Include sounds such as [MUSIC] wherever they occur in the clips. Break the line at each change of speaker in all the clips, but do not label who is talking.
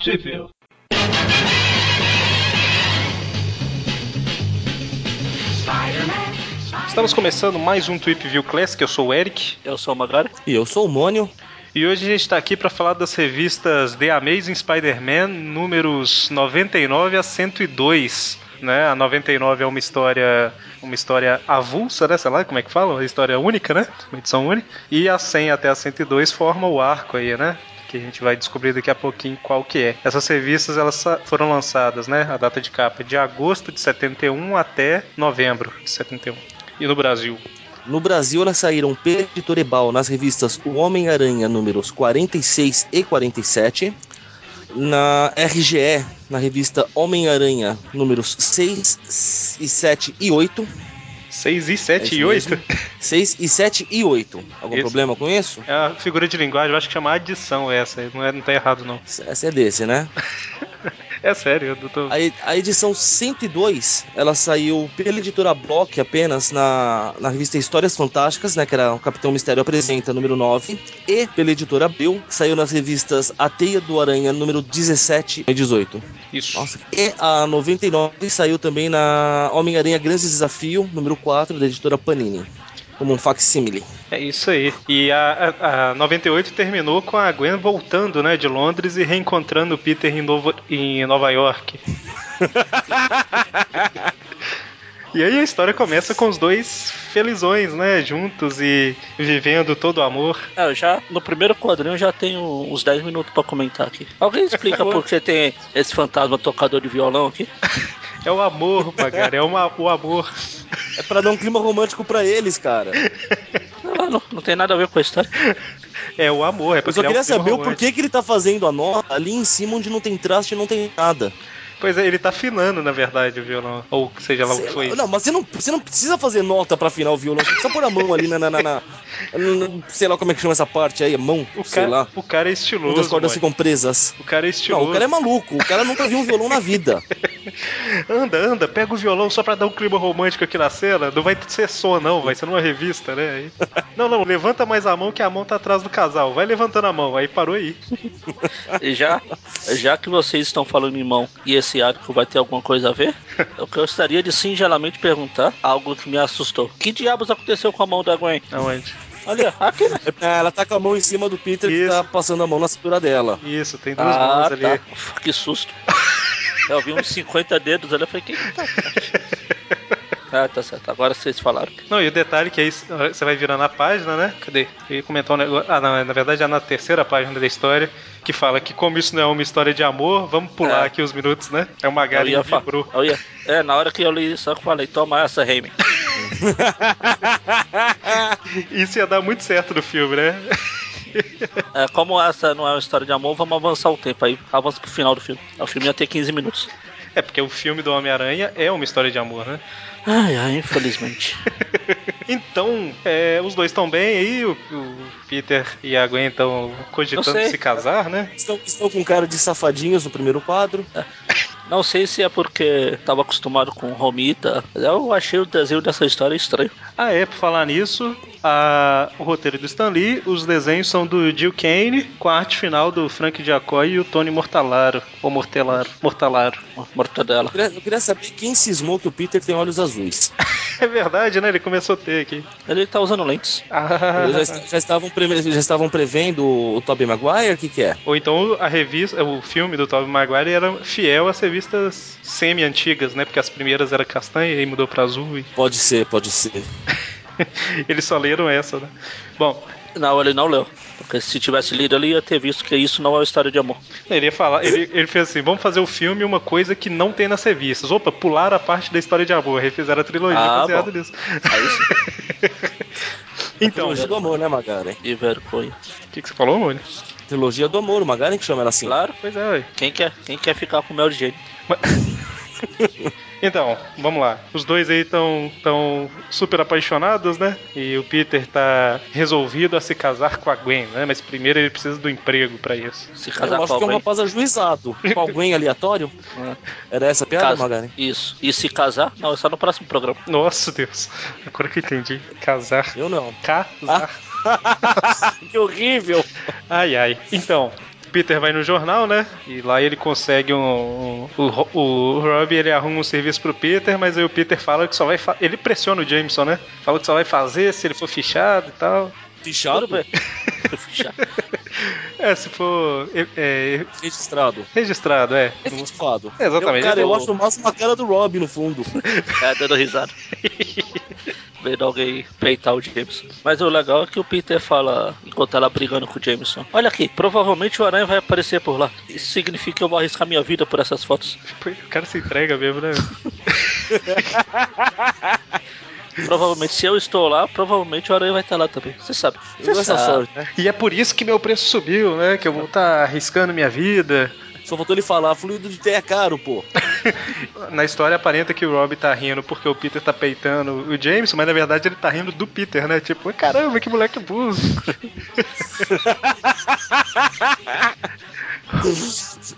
Sheffield. Estamos começando mais um Tweep View Classic, eu sou o Eric.
Eu sou o Magari.
E eu sou o Mônio.
E hoje a gente está aqui para falar das revistas The Amazing Spider-Man, números 99 a 102. Né? A 99 é uma história, uma história avulsa, né? Sei lá como é que fala, uma história única, né? Uma edição única. E a 100 até a 102 forma o arco aí, né? que a gente vai descobrir daqui a pouquinho qual que é. Essas revistas elas foram lançadas, né? A data de capa é de agosto de 71 até novembro de 71. E no Brasil?
No Brasil, elas saíram pela Editorial nas revistas O Homem-Aranha números 46 e 47, na RGE, na revista Homem-Aranha números 6 e 7 e 8,
6 e 7
É
e
isso
8?
mesmo. 6 e 7 e 8. Algum
Isso.
problema com isso?
[LAUGHS] É a figura de linguagem, eu acho que chama adição essa, não, é, não tá errado não.
Essa é desse, né?
É sério, eu tô...
A, e- a edição 102, ela saiu pela editora Block apenas na, na revista Histórias Fantásticas, né, que era o Capitão Mistério Apresenta, número 9, e pela editora Bill, saiu nas revistas A Teia do Aranha, número 17 e 18.
Isso.
Nossa. E a 99 saiu também na Homem-Aranha Grandes Desafio, número 4, da editora Panini, como um facsímile.
É isso aí. E a, a- a 98 terminou com a Gwen voltando, né, de Londres e reencontrando o Peter em, Novo- em Nova York. [LAUGHS] E aí a história começa com os dois felizões, né, juntos e vivendo todo o amor.
É, eu já, no primeiro quadrinho eu já tenho uns 10 minutos pra comentar aqui.
[LAUGHS]
Alguém explica por que tem esse fantasma tocador de violão aqui?
É o amor, Magari, é uma, o amor.
É pra dar um clima romântico pra
[LAUGHS]
eles, cara.
Ah, não, não tem nada a ver com a história.
É o amor, é pra
Eu só
criar um clima
queria saber o
romântico.
porquê que ele tá fazendo a nota ali em cima onde não tem traste e não tem nada.
Pois é, ele tá afinando, na verdade, o violão. Ou seja lá o que
Sei
foi.
lá, Não, mas você não, você não precisa fazer nota pra afinar o violão, você precisa pôr a mão ali na. na, na- na- na- sei lá como é que chama essa parte aí, a mão,
O
sei
cara,
lá.
o cara é
Onde as
estiloso.
cordas
mano.
ficam presas.
O cara é
Não,
estiloso.
o cara é maluco, o cara nunca viu um violão
[LAUGHS]
na vida.
Anda, anda, pega o violão só pra dar um clima romântico aqui na cena. Não vai ser som, não, vai ser numa revista, né?
[LAUGHS]
Aí- Não, não, levanta mais a mão que a mão tá atrás do casal. Vai levantando a mão, aí parou aí.
E já, já que vocês estão falando em mão e esse arco vai ter alguma coisa a ver, eu gostaria de singelamente perguntar algo que me assustou. Que diabos aconteceu com a mão da Gwen?
Aonde?
Olha, aqui, né?
Ah, Ela tá com a mão em cima do Peter que
Isso.
tá passando a mão na cintura dela.
Isso, tem duas
Ah,
mãos ali.
tá. Uf, que susto. Eu vi uns 50 dedos ali, eu falei, que que
[LAUGHS]
tá? Ah, tá certo. Agora vocês falaram.
Não, e o detalhe que aí ah, você vai virando a página, né? Cadê? Eu ia comentar um negócio. Ah, não, na verdade é na terceira página da história que fala que, como isso não é uma história de amor, vamos pular
É.
aqui os minutos, né? É uma
Eu
galinha
ia, fa-
vibrou.
eu ia- É, na hora que eu li isso, eu falei, toma essa, Raimi.
Isso ia dar muito certo no filme, né? [LAUGHS]
É, como essa não é uma história de amor, vamos avançar o tempo aí. Avança pro final do filme. O filme ia ter 15 minutos.
É porque o filme do Homem-Aranha é uma história de amor, né?
Ai, ai, infelizmente.
Então, é, os dois estão bem aí, o, o Peter e a Gwen estão
Não
cogitando
sei.
se casar, né?
Estão, estão com cara de safadinhos no primeiro quadro.
É.
Não sei se é porque tava acostumado com Romita. mas Eu achei o desenho dessa história estranho.
Ah, é, por falar nisso, a- o roteiro do Stan Lee, os desenhos são do Jill Kane, com a arte final do Frank Giacoy e o Tony Mortalaro. Ou Mortelaro. Mortalaro.
Uma Mortadela.
Eu queria, eu queria saber quem cismou que o Peter tem olhos azuis.
É verdade, né? Ele começou a ter aqui.
Ele tá usando lentes.
Ah, [LAUGHS]
Eles já, já estavam preve- já estavam prevendo o Tobey Maguire? O que, que é?
Ou então a revista, o filme do Tobey Maguire era fiel às revistas semi-antigas, né? Porque as primeiras era castanha e mudou pra azul. E [LAUGHS]
Pode ser, pode ser.
eles só leram essa, né? Bom,
Não, ele não leu. Porque se tivesse lido, ele ia ter visto que isso não é uma história de amor.
Ele ia falar, ele, ele fez assim: vamos fazer o filme uma coisa que não tem nas revistas. Opa, pularam a parte da história de amor, refizeram a trilogia
Ah,
baseada
bom.
nisso.
Aí sim.
[LAUGHS] Então,
Trilogia do amor, né, Magaren?
Que vergonha.
o que, que você falou, Mônio?
Trilogia do amor, o Magaren que chama ela assim.
Claro,
Pois é, ué.
quem quer, quem quer ficar com o mel de jeito?
Mas- [LAUGHS] Então, vamos lá. Os dois aí estão tão super apaixonados, né? E o Peter tá resolvido a se casar com a Gwen, né? Mas primeiro ele precisa do emprego pra isso.
Se
Eu
casar com
acho que é um
alguém.
rapaz ajuizado. Com alguém aleatório?
É.
Era essa a piada,
Casa.
Magaren?
Isso. E se casar? Não, é só no próximo programa.
Nossa Deus, agora que eu entendi. Casar.
Eu não.
Ah.
Ah.
Casar.
[LAUGHS] que horrível!
Ai, ai. Então, Peter vai no jornal, né? E lá ele consegue um. um- o, o Rob ele arruma um serviço pro Peter, mas aí o Peter fala que só vai. fa- Ele pressiona o Jameson, né? Fala que só vai fazer se ele for fichado e tal.
Fichado,
Tudo bem. Fechado.
É, se for. é, é,
registrado.
registrado, é.
Efetivado.
[LAUGHS] Exatamente.
Eu, cara, eu
Eu-
acho o máximo a cara do Rob no fundo.
É, dando risada. Vendo alguém peitar o Jameson. Mas o legal é que o Peter fala, enquanto ela brigando com o Jameson: Olha aqui, provavelmente o Aranha vai aparecer por lá. Isso significa que eu vou arriscar minha vida por essas fotos.
O cara se entrega mesmo, né?
Provavelmente, se eu estou lá, provavelmente o Aranha vai estar lá também. Você sabe.
Eu dou essa sorte.
E é por isso que meu preço subiu, né? Que eu vou estar arriscando minha vida.
Só faltou ele falar, fluido de terra é caro, pô.
[LAUGHS] Na história aparenta que o Rob tá rindo porque o Peter tá peitando o Jameson, mas na verdade ele tá rindo do Peter, né? Tipo, caramba, que moleque burro.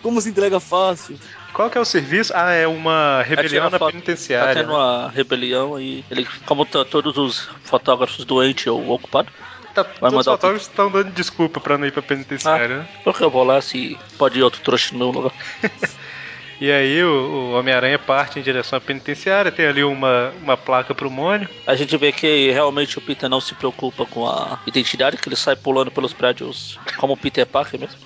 Como se entrega fácil.
Qual que é o serviço? Ah, é uma rebelião
Atira
na
foto. Tá
penitenciária. né?
tendo uma rebelião e ele, como tá todos os fotógrafos doentes ou ocupados,
Tá, todos os
mandar o
fotógrafos estão dando desculpa pra não ir pra penitenciária, né?
porque eu vou lá se pode ir outro trouxa no meu lugar.
E aí o, o Homem-Aranha parte em direção à penitenciária, tem ali uma, uma placa pro Mônio.
A gente vê que realmente o Peter não se preocupa com a identidade, que ele sai pulando pelos prédios como o Peter Parker mesmo.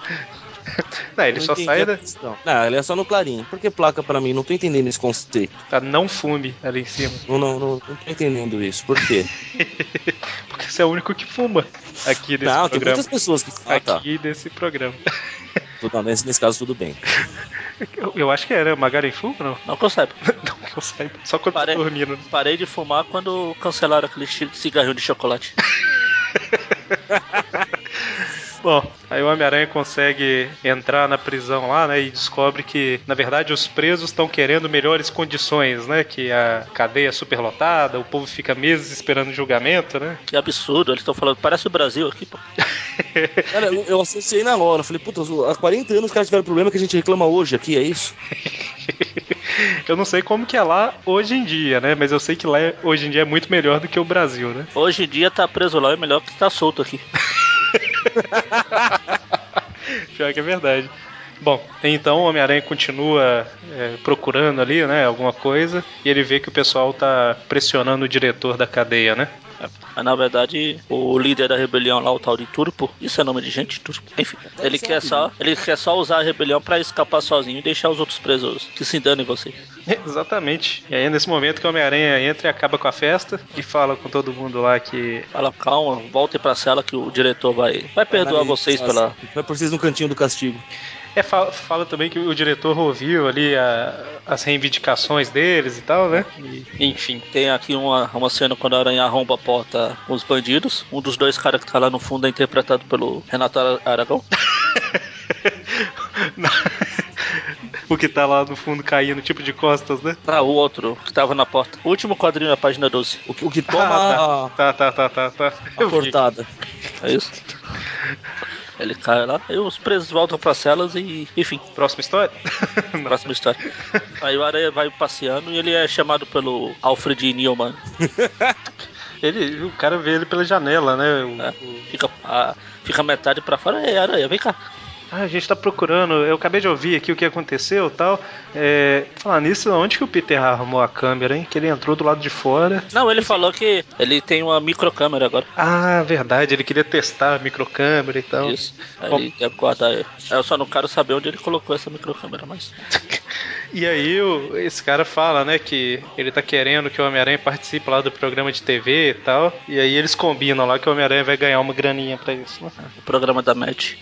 Não, ele
Não
só
entendi
sai
a
da.
questão. Não, ele é só no clarinho. Por que placa pra mim? Não tô entendendo esse conceito.
Tá, não fume ali em cima.
Não, não, não, não tô entendendo isso. Por quê?
Porque você é o único que fuma aqui [LAUGHS] desse
não, tem
programa.
muitas pessoas que falam. Ah, tá.
Aqui desse programa. [LAUGHS]
Tudo- não, nesse, nesse caso, tudo bem.
Eu, eu acho que era Magaren fuma, não? [LAUGHS]
Não que eu saiba.
Não, não sei. Só quando
Pare-
tá dormindo. né?
Parei de fumar quando cancelaram aquele chi- cigarrinho de chocolate.
Bom, aí o Homem-Aranha consegue entrar na prisão lá, né? E descobre que, na verdade, os presos estão querendo melhores condições, né? Que a cadeia é superlotada, o povo fica meses esperando julgamento, né?
Que absurdo, eles estão falando, parece o Brasil aqui, pô.
Cara, eu, eu associei na hora. Falei, puta, há 40 anos os caras tiveram problema que a gente reclama hoje aqui, é isso?
Eu não sei como que é lá hoje em dia, né? Mas eu sei que lá é- hoje em dia é muito melhor do que o Brasil, né? [LAUGHS]
Hoje em dia tá preso lá, é melhor que tá solto aqui.
Pior que é verdade. Bom, então o Homem-Aranha continua é, procurando ali, né, alguma coisa, e ele vê que o pessoal tá pressionando o diretor da cadeia, né?
Mas na verdade, o líder da rebelião lá, o tal de Turpo, isso é nome de gente? Turpo. Enfim,
Deve
ele
ser
quer,
um
só, ele quer só usar a rebelião pra escapar sozinho e deixar os outros presos. Que se danem você.
É, Exatamente. E aí nesse momento que o Homem-Aranha entra e acaba com a festa e fala com todo mundo lá que
Fala, calma, voltem pra cela que o diretor vai, vai perdoar vocês pela.
Vai por vocês no cantinho do castigo.
é fa- fala também que o diretor ouviu ali a- as reivindicações deles e tal, [LAUGHS] né? E, enfim.
Tem aqui uma, uma cena quando a aranha arromba a porta com os bandidos. Um dos dois caras que tá lá no fundo é interpretado pelo Renato Ara- Aragão.
o que tá lá no fundo caindo, tipo de costas, né?
Ah, o outro que tava na porta. Último quadrinho na página 12.
O que, o que
[LAUGHS] Ah.
toma a-
tá, tá, tá, tá, tá.
a, cortada.
É isso. Ele cai lá, aí os presos voltam pra celas e, enfim,
Próxima história? Não.
próxima história. Aí o Aranha vai passeando e ele é chamado pelo Alfred Newman.
[LAUGHS] Ele, o cara vê ele pela janela, né? O-
né? Fica, a, fica metade pra fora, é Aranha, vem cá.
Ah, a gente tá procurando. Eu acabei de ouvir aqui o que aconteceu e tal. É, falar nisso, onde que o Peter arrumou a câmera, hein? Que ele entrou do lado de fora.
Não, ele falou que ele tem uma microcâmera agora.
Ah, verdade, ele queria testar a microcâmera então. e tal.
Isso. Então, Aí ele deve guardar. aí. Eu só não quero saber onde ele colocou essa microcâmera, mas.
E aí o- esse cara fala, né, que ele tá querendo que o Homem-Aranha participe lá do programa de TV e tal. E aí eles combinam lá que o Homem-Aranha vai ganhar uma graninha pra isso, né?
ah, O programa da Match.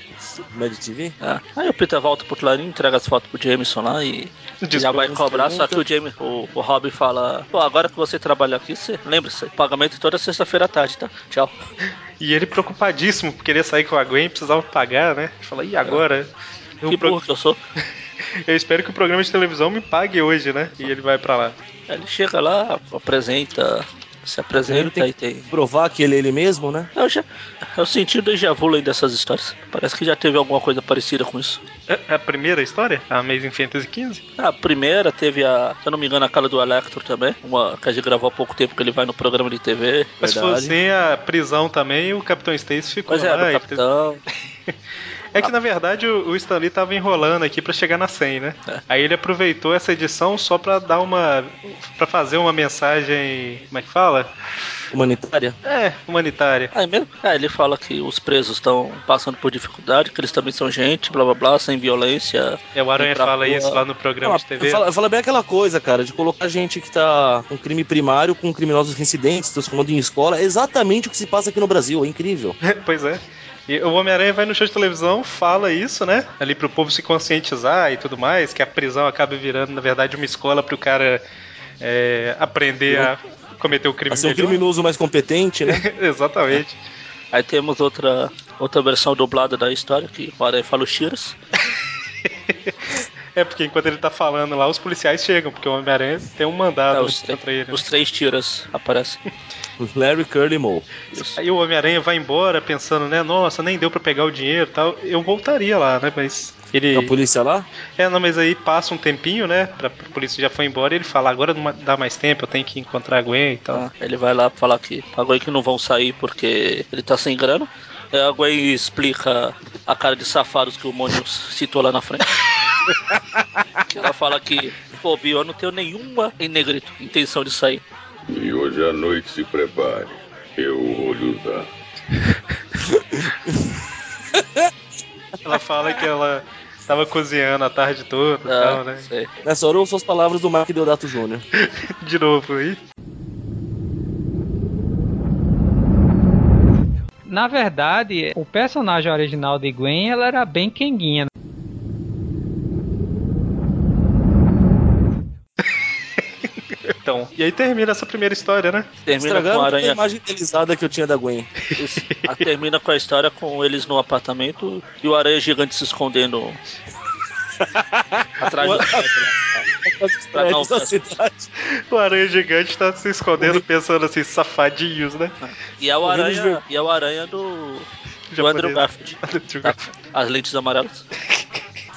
Mad TV?
né? Aí o Peter volta pro Clarim, entrega as fotos pro Jameson lá e
Desculpa,
já vai
não
cobrar,
pergunta.
só que o James, o, o Rob fala, pô, agora que você trabalha aqui, você lembra-se, pagamento toda sexta-feira à tarde, tá? Tchau.
E ele preocupadíssimo, porque queria sair com a Gwen, precisava pagar, né? Ele Fala, e agora?
É, que
O pro-
burro que eu sou.
Eu espero que o programa de televisão me pague hoje, né? E ele vai pra lá.
Aí ele chega lá, apresenta, se
Ele
apresenta
tem
e tem.
Provar que ele é ele mesmo, né?
Eu, já, eu senti o déjà vu aí dessas histórias. Parece que já teve alguma coisa parecida com isso.
É a primeira história? A Amazing Fantasy XV?
A primeira teve a, se eu não me engano, a cara do Electro também. Uma que a gente gravou há pouco tempo que ele vai no programa de TV.
Mas se
Verdade.
fosse a prisão também, o Capitão Stacy ficou
Mas
lá.
era o
e
é, capitão.
teve- É que na verdade o, o Stan Lee tava enrolando aqui pra chegar na 100, né?
É.
Aí ele aproveitou essa edição só pra dar uma. pra fazer uma mensagem. como é que fala?
Humanitária?
É, humanitária.
Aí mesmo, é, ele fala que os presos estão passando por dificuldade, que eles também são gente, blá blá blá, sem violência.
É, o Aranha
Pra
fala
rua.
isso lá no programa de TV.
Ah, Fala, fala bem aquela coisa, cara, de colocar gente que tá com crime primário, com criminosos reincidentes, transformando em escola. É exatamente o que se passa aqui no Brasil, é incrível.
[LAUGHS] pois é. E o Homem-Aranha vai no show de televisão, fala isso, né? Ali pro povo se conscientizar e tudo mais, que a prisão acaba virando, na verdade, uma escola pro cara é, aprender a cometer o crime
A ser um
melhor.
criminoso mais
[LAUGHS]
competente, né?
Exatamente.
Aí temos outra, outra versão dublada da história, que o Aranha fala o Cheers.
É, porque enquanto ele tá falando lá, os policiais chegam, porque o Homem-Aranha tem um mandado
É, os,
contra ele. né?
os três tiras
[LAUGHS]
aparecem.
Larry Curly Moe.
Isso.
Aí o Homem-Aranha vai embora pensando, né? Nossa, nem deu pra pegar o dinheiro e tal. Eu voltaria lá, né? Mas ele.
A polícia lá?
É, não, mas aí passa um tempinho, né? Pra, a polícia já foi embora e ele fala, agora não dá mais tempo, eu tenho que encontrar a Gwen e tal.
Ah, ele vai lá falar que pagou aí que não vão sair porque ele tá sem grana. Aí a Gwen explica a cara de safados que o Mônio citou lá na
[LAUGHS]
frente. Que ela fala que, pô, Bio, eu não tenho nenhuma em negrito intenção de sair.
E hoje à noite se prepare. Eu vou lhe usar.
Ela fala que ela tava cozinhando a tarde toda e
Ah,
tal, né?
sei.
Nessa hora ouço as palavras do Mark Deodato Jr.
De novo aí.
Na verdade, o personagem original de Gwen, ela era bem quenguinha. né?
Então, e aí termina essa primeira história, né?
Termina com
Estragaram
a
toda a
aranha.
imagem idealizada que eu tinha da Gwen.
Isso. Ah, Termina com a história com eles no apartamento e o aranha gigante
[LAUGHS]
se escondendo atrás do teto né? lá.
As
um
prédios da cidade.
O aranha gigante tá se escondendo, pensando assim, safadinhos, né?
E é o
Correndo de
aranha,
ver-
e é o aranha do, do
Japonês.
Andrew
[LAUGHS]
Garfield. Tá? As lentes amarelas.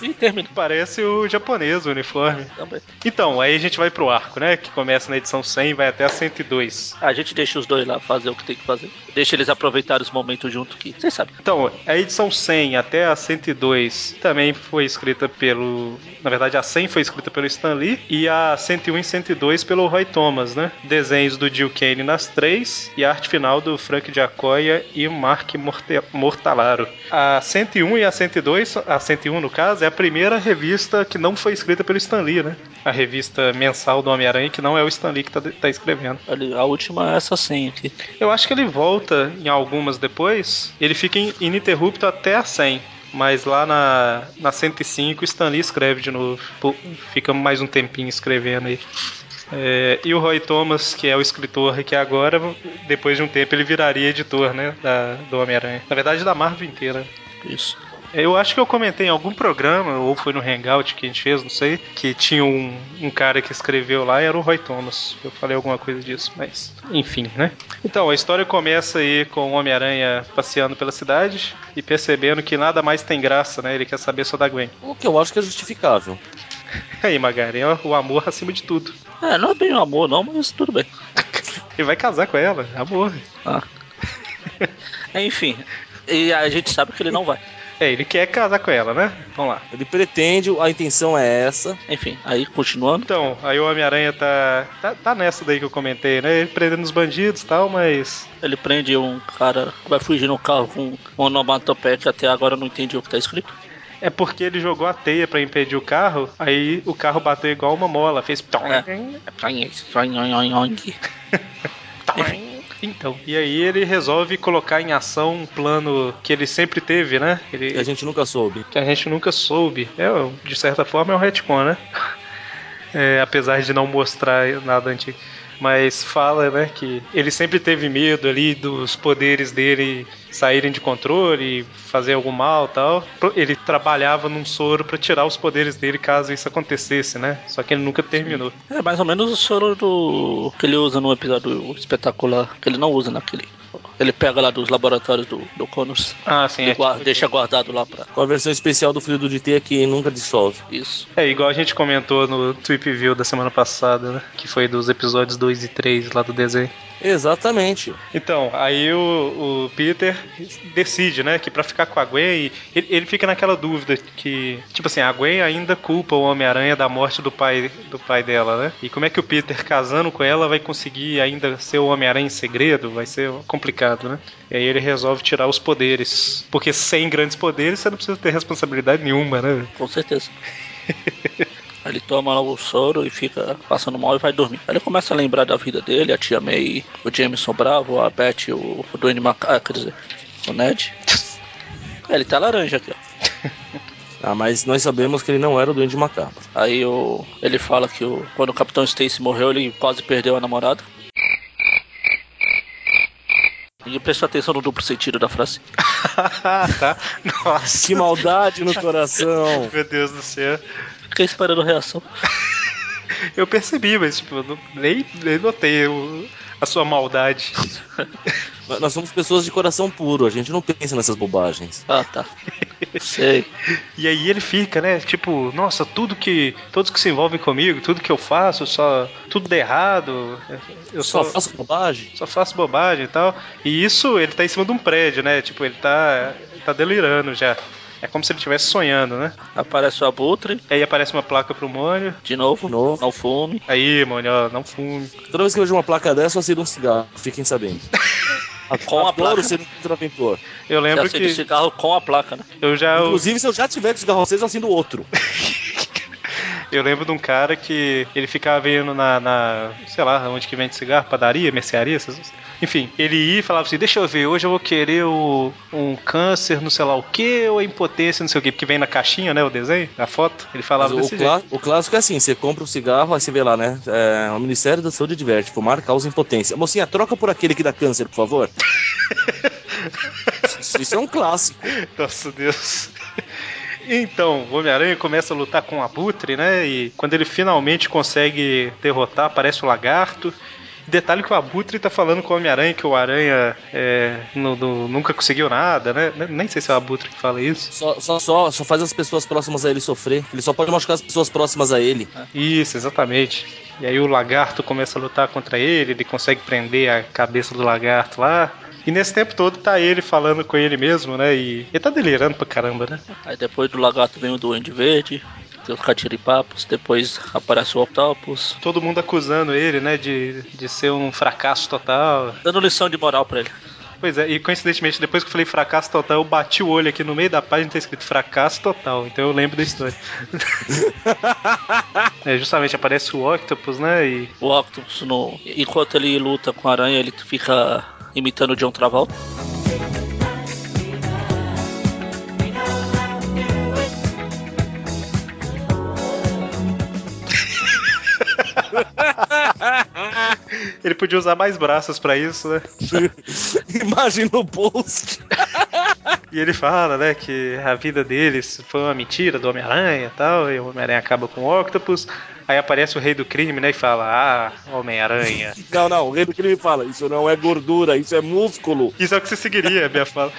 E termina
Parece o japonês o uniforme.
também.
Então, aí a gente vai pro arco, né? Que começa na edição 100 e vai até a 102.
A gente deixa os dois lá fazer o que tem que fazer. Deixa eles aproveitarem os momentos junto que. Vocês sabem.
Então, a edição 100 até a 102 também foi escrita pelo. Na verdade, a 100 foi escrita pelo Stan Lee e a 101 e 102 pelo Roy Thomas, né? Desenhos do Jill Kane nas três e a arte final do Frank Giacoya e Mark Morte- Mortalaro. A 101 e a 102, a 101 no caso, é a primeira revista que não foi escrita pelo Stan Lee, né? A revista mensal do Homem-Aranha, que não é o Stan Lee que tá, tá escrevendo.
Ali, A última é essa senha aqui.
Eu acho que ele volta em algumas depois. Ele fica in- ininterrupto até a 100. Mas lá na, na 105, o Stan Lee escreve de novo. Pô, Fica mais um tempinho escrevendo aí. É, e o Roy Thomas, que é o escritor aqui agora, depois de um tempo ele viraria editor, né? Da, do Homem-Aranha. Na verdade, da Marvel inteira.
Isso.
Eu acho que eu comentei em algum programa, ou foi no Hangout que a gente fez, não sei, que tinha um, um cara que escreveu lá, era o Roy Thomas. Eu falei alguma coisa disso, mas enfim, né? Então, a história começa aí com o Homem-Aranha passeando pela cidade e percebendo que nada mais tem graça, né? Ele quer saber só da Gwen. [LAUGHS]
O que eu acho que é justificável.
Aí, Magaren, ó, o amor acima de tudo.
É, não é bem um amor, não, mas tudo bem.
Ele vai casar com ela, amor.
Ah. Enfim. E a gente sabe que ele não vai.
É, ele quer casar com ela, né? Vamos lá.
Ele pretende, a intenção é essa.
Enfim, aí continuando.
Então, aí o Homem-Aranha tá, tá. tá nessa daí que eu comentei, né? Ele prendendo os bandidos e tal, mas.
Ele prende um cara que vai fugir no carro com um onomatopeia que até agora eu não entendi o que tá escrito.
É porque ele jogou a teia pra impedir o carro, aí o carro bateu igual uma mola, fez.
É.
Então. E aí ele resolve colocar em ação um plano que ele sempre teve, né?
que a
Ele,
gente nunca soube.
que a gente nunca soube. É, de certa forma é um retcon, né? [LAUGHS] É, apesar de não mostrar nada antigo. Mas fala, né, que ele sempre teve medo ali dos poderes dele saírem de controle, fazer algum mal e tal. Pro- Ele trabalhava num soro pra tirar os poderes dele caso isso acontecesse, né? Só que ele nunca terminou.
É mais ou menos o soro do que ele usa no episódio espetacular, que ele não usa naquele. Ele pega lá dos laboratórios do, do Connors
Ah, sim,
e guarda- deixa guardado lá pra.
Com a versão especial do Fluido de Teia que nunca dissolve.
Isso.
É, igual a gente comentou no Tweep View da semana passada, né? Que foi dos episódios 2 e 3 lá do desenho.
Exatamente.
Então, aí o, o Peter decide, né, que pra ficar com a Gwen, ele, ele fica naquela dúvida que, tipo assim, a Gwen ainda culpa o Homem-Aranha da morte do pai, do pai dela, né? E como é que o Peter, casando com ela, vai conseguir ainda ser o Homem-Aranha em segredo? Vai ser complicado, né? E aí ele resolve tirar os poderes. Porque sem grandes poderes você não precisa ter responsabilidade nenhuma, né?
Com certeza. Ele toma lá o soro e fica passando mal e vai dormir. Aí ele começa a lembrar da vida dele, a tia May, o Jameson Bravo, a Beth, o, o Duane Macaco, ah, quer dizer, o Ned. Aí ele tá laranja aqui, ó.
Ah, mas nós sabemos que ele não era o Duende Macabro.
Aí o, ele fala que o, quando o Capitão Stacy morreu, ele quase perdeu a namorada. E presta atenção no duplo sentido da frase.
[LAUGHS] tá? Nossa,
Que maldade no coração!
[LAUGHS] meu Deus do céu.
Fiquei esperando reação.
Eu percebi, mas tipo, eu não- nem, nem notei o- a sua maldade.
Nós somos pessoas de coração puro, a gente não pensa nessas bobagens.
Ah, tá. Sei.
E aí ele fica, né? Tipo, nossa, tudo que. Todos que se envolvem comigo, tudo que eu faço, só. Tudo de errado. Eu
Eu só
só,
faço bobagem?
só faço bobagem e tal. E isso, ele tá em cima de um prédio, né? Tipo, ele tá. ele tá delirando já. É como se ele estivesse sonhando, né?
Aparece o Abutre,
Aí aparece uma placa pro Mônio.
de novo.
De novo.
Não fume.
Aí, Mônio, ó, não fume.
Toda vez que eu vejo uma placa dessa, eu acendo um cigarro, fiquem sabendo.
[LAUGHS] Com a placa.
Adoro ser um contraventor.
Eu lembro
Já que...
que
cigarro com a placa, né?
eu já.
Inclusive, se eu já tiver com cigarro aceso, eu acendo outro.
Eu lembro de um cara que ele ficava indo na, na- sei lá, onde que vende cigarro, padaria, mercearia, essas- enfim, ele ia e falava assim, deixa eu ver, hoje eu vou querer o- um câncer, não sei lá o que, ou a impotência, não sei o que, porque vem na caixinha, né, o desenho, a foto, ele
Mas
falava
o,
desse jeito.
clá- o clássico é assim: você compra um cigarro, aí você vê lá, né? É, o Ministério da Saúde diverte, fumar causa impotência. Mocinha, troca por aquele que dá câncer, por [LAUGHS] favor. Isso- Isso é um clássico.
Nossa Deus. Então, o Homem-Aranha começa a lutar com o Abutre, né? E quando ele finalmente consegue derrotar, aparece o lagarto. Detalhe que o Abutre tá falando com o Homem-Aranha que o Aranha é, nu- nu- nunca conseguiu nada, né? Nem- Nem sei se é o Abutre que fala isso.
Só, só, só, só faz as pessoas próximas a ele sofrer. Ele só pode machucar as pessoas próximas a [LAUGHS] ele.
Isso, exatamente. E aí o lagarto começa a lutar contra ele, ele consegue prender a cabeça do lagarto lá. E nesse tempo todo tá ele falando com ele mesmo, né? E ele tá delirando pra caramba, né?
Aí depois do lagarto vem o Duende Verde, tem os catiripapos, depois aparece o Octopus.
todo mundo acusando ele, né, de, de ser um fracasso total.
Dando lição de moral pra ele.
Pois é, e coincidentemente, depois que eu falei fracasso total, eu bati o olho aqui no meio da página e tá escrito fracasso total, então eu lembro da [LAUGHS] história. é, justamente aparece o Octopus, né, e
O Octopus, no... enquanto ele luta com a aranha, ele fica imitando o John Travolta.
ele podia usar mais braços pra isso, né?
Imagem no post.
E ele fala, né, que a vida deles foi uma mentira do Homem-Aranha e tal, e o Homem-Aranha acaba com o Octopus. Aí aparece o rei do crime, né, e fala, ah, Homem-Aranha.
Não, não, o rei do crime fala: Isso não é gordura, isso é músculo. [LAUGHS]
Isso é o que você seguiria, a minha fala.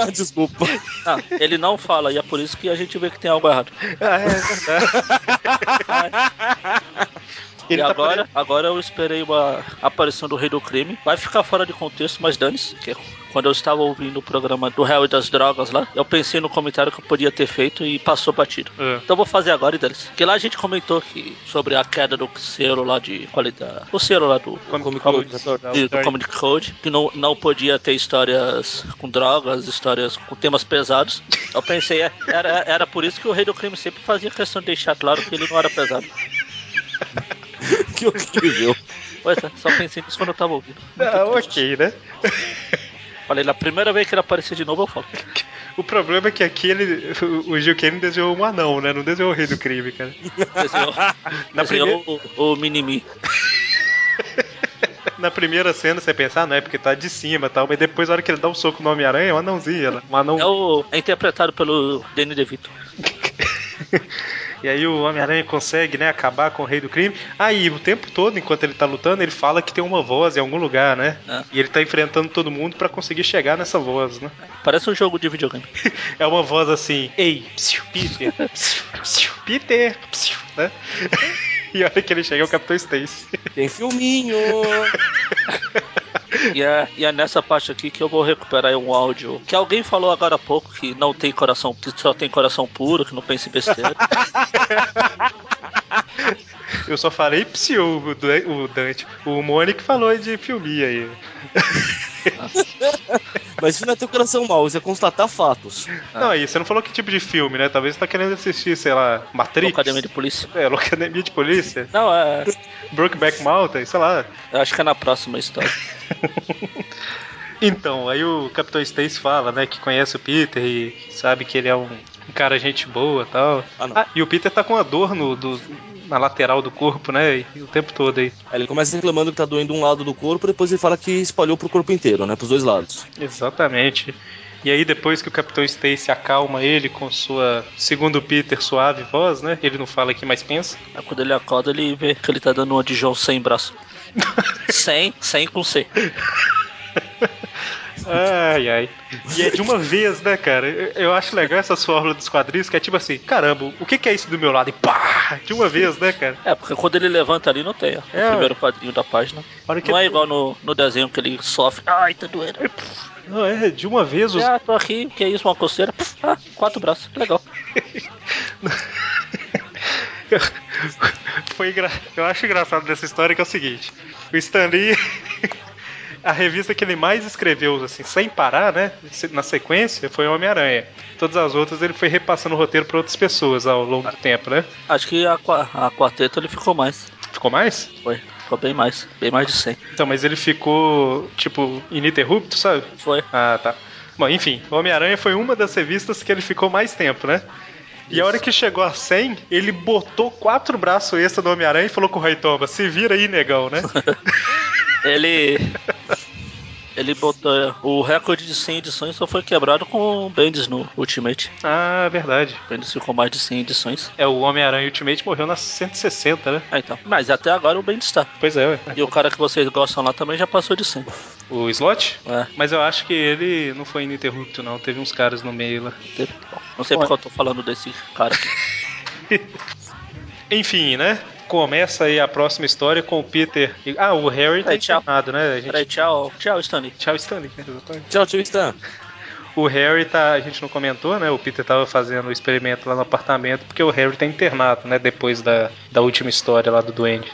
Ah, desculpa. [LAUGHS]
Ah, ele não fala, e é por isso que a gente vê que tem algo errado.
[LAUGHS] Ah, é verdade. Ele
e
tá
agora, agora eu esperei uma aparição do Rei do Crime. Vai ficar fora de contexto, mas dane-se. que Quando eu estava ouvindo o programa do Réu e das Drogas lá, eu pensei no comentário que eu podia ter feito e passou batido.
[LAUGHS] É.
Então eu vou fazer agora, Idris. Porque lá a gente comentou que, sobre a queda do selo lá de qualidade. O selo lá do
Comic
Code.
Code.
do Comedy Code, que não, não podia ter histórias com drogas, histórias com temas pesados. Eu pensei, é, era, era por isso que o Rei do Crime sempre fazia questão de deixar claro que ele não era pesado.
Que horrível.
Pois é, só pensei nisso quando eu tava ouvindo.
Ah, ok, né?
Falei, na primeira vez que ele aparecer de novo, eu falo.
O problema é que aqui ele, o- o Gil Kane desenhou um anão, né? Não desenhou o rei do crime, cara.
Desenhou,
Na
desenhou é o, o Minimi.
Na primeira cena você pensa, ah, não é porque tá de cima e tal, mas depois, na hora que ele dá um soco no Homem-Aranha, é um anãozinho, né? um anão.
É, o, é interpretado pelo Danny DeVito.
E aí o Homem-Aranha consegue, né, acabar com o Rei do Crime. Aí, o tempo todo, enquanto ele tá lutando, ele fala que tem uma voz em algum lugar, né?
É.
E ele tá enfrentando todo mundo pra conseguir chegar nessa voz, né?
Parece um jogo de videogame.
É uma voz assim, ei, psiu, Peter, psiu, psiu, Peter, psiu, né? [LAUGHS] E a hora que ele chega é o Capitão Stacy.
Tem filminho.
E é, e é nessa parte aqui que eu vou recuperar aí um áudio que alguém falou agora há pouco que não tem coração, que só tem coração puro, que não pensa em besteira.
Eu só falei psiu, o Dan- o Dante. O Mônica falou de filmia aí.
Mas isso não é teu coração mau, isso é constatar fatos.
Não, aí você não falou que tipo de filme, né? Talvez você tá querendo assistir, sei lá, Matrix.
Academia de Polícia.
É, Locademia de Polícia,
Não, é.
Brokeback Mountain, sei lá.
Eu acho que é na próxima história.
Então, aí o Capitão Stacy fala, né, que conhece o Peter e sabe que ele é um, um cara gente boa e tal.
Ah, não.
Ah, e o Peter tá com a dor no, do- na lateral do corpo, né, e- o tempo todo aí.
Aí ele começa reclamando que tá doendo um lado do corpo, depois ele fala que espalhou pro corpo inteiro, né? Pros dois lados.
Exatamente. E aí depois que o Capitão Stacy acalma ele com sua, segundo o Peter, suave voz, né, ele não fala aqui, mas pensa.
Aí É quando ele acorda, ele vê que ele tá dando uma de João sem braço. sem, sem com C.
Ai, ai. E é de uma vez, né, cara? Eu, eu acho legal essas fórmulas dos quadrinhos, que é tipo assim, caramba, o que, que é isso do meu lado? E pá! De uma vez, né, cara?
É, porque quando ele levanta ali, não tem, ó. O
É,
primeiro quadrinho da página.
Olha que-
Não é igual no, no desenho que ele sofre. Ai, tá doendo.
Não, é, de uma vez os,
Ah, tô aqui, que isso, uma coceira. Ah, quatro braços, legal.
[LAUGHS] Foi engra- Eu acho engraçado dessa história que é o seguinte: o Stan Lee, [LAUGHS] a revista que ele mais escreveu, assim, sem parar, né? se- Na sequência, foi Homem-Aranha. Todas as outras ele foi repassando o roteiro para outras pessoas ao longo do tempo, né?
Acho que a, qua- a quarteto ele ficou mais.
Ficou mais?
Foi, ficou bem mais. Bem mais de 100.
Então, mas ele ficou, tipo, ininterrupto, sabe?
Foi.
Ah, tá. Bom, enfim, Homem-Aranha foi uma das revistas que ele ficou mais tempo, né? E a hora que chegou a 100, ele botou quatro braços extra do Homem-Aranha e falou com o Raitoma: se vira aí, negão, né?
Ele. Ele botou. O recorde de 100 edições só foi quebrado com o Bendis no Ultimate.
ah, verdade.
O Bendis ficou mais de 100 edições.
É, o Homem-Aranha Ultimate morreu na 160, né?
Ah, então. Mas até agora o Bendis tá.
Pois é, ué.
E o cara que vocês gostam lá também já passou de 100.
O Slot?
É,
Mas eu acho que ele não foi ininterrupto, não. Teve uns caras no meio lá.
teve- não sei porque eu tô falando desse cara
[LAUGHS]
aqui.
Enfim, né? Começa aí a próxima história com o Peter. e- Ah, o Harry tá
Aí, tchau.
internado, né? A gente...
Peraí, tchau. Tchau, Stanley.
Tchau, Stanley. né? Exatamente.
Tchau, tio Stan.
O Harry tá. A gente não comentou, né? O Peter tava fazendo o experimento lá no apartamento, porque o Harry tá internado, né? Depois da, da última história lá do Duende.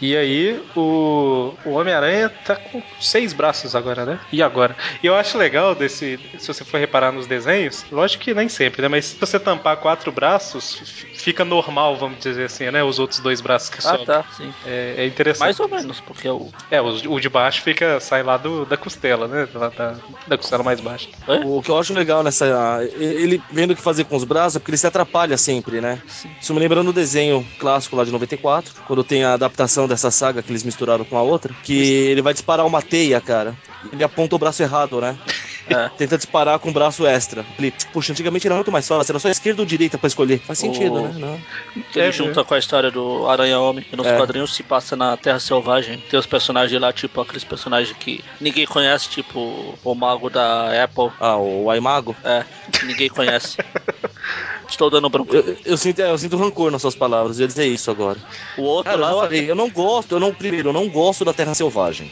E aí, o, o Homem-Aranha tá com seis braços agora, né? E agora? E eu acho legal desse. Se você for reparar nos desenhos, lógico que nem sempre, né? Mas se você tampar quatro braços, f- fica normal, vamos dizer assim, né? Os outros dois braços que
Ah,
sobram.
tá, sim.
É, é interessante.
Mais ou menos, porque o.
É, o, o de baixo fica, sai lá do, da costela, né? Lá da, da costela mais baixa.
O que eu acho legal nessa. Ele vendo o que fazer com os braços é porque ele se atrapalha sempre, né?
Sim.
Isso me lembra no desenho clássico lá de 94, quando tem a adaptação dessa saga que eles misturaram com a outra, que ele vai disparar uma teia, cara. Ele aponta o braço errado, né?
É.
Tenta disparar com o braço extra. Ele, puxa, antigamente era muito mais fácil, era só esquerda ou direita pra escolher. Faz sentido,
O-
né? Não.
Que ele
É,
junta com a história do Aranha Homem, que nos
É.
quadrinhos se passa na Terra Selvagem. Tem os personagens lá, tipo aqueles personagens que ninguém conhece, tipo o Mago da Apple.
Ah, o Aimago.
É, que
[LAUGHS]
ninguém conhece. Estou dando branco.
Eu, eu sinto, é, eu sinto rancor nas suas palavras, eu ia dizer isso agora.
O outro
Cara, eu,
lá.
não falei, eu não gosto, eu não, primeiro, eu não gosto da Terra Selvagem.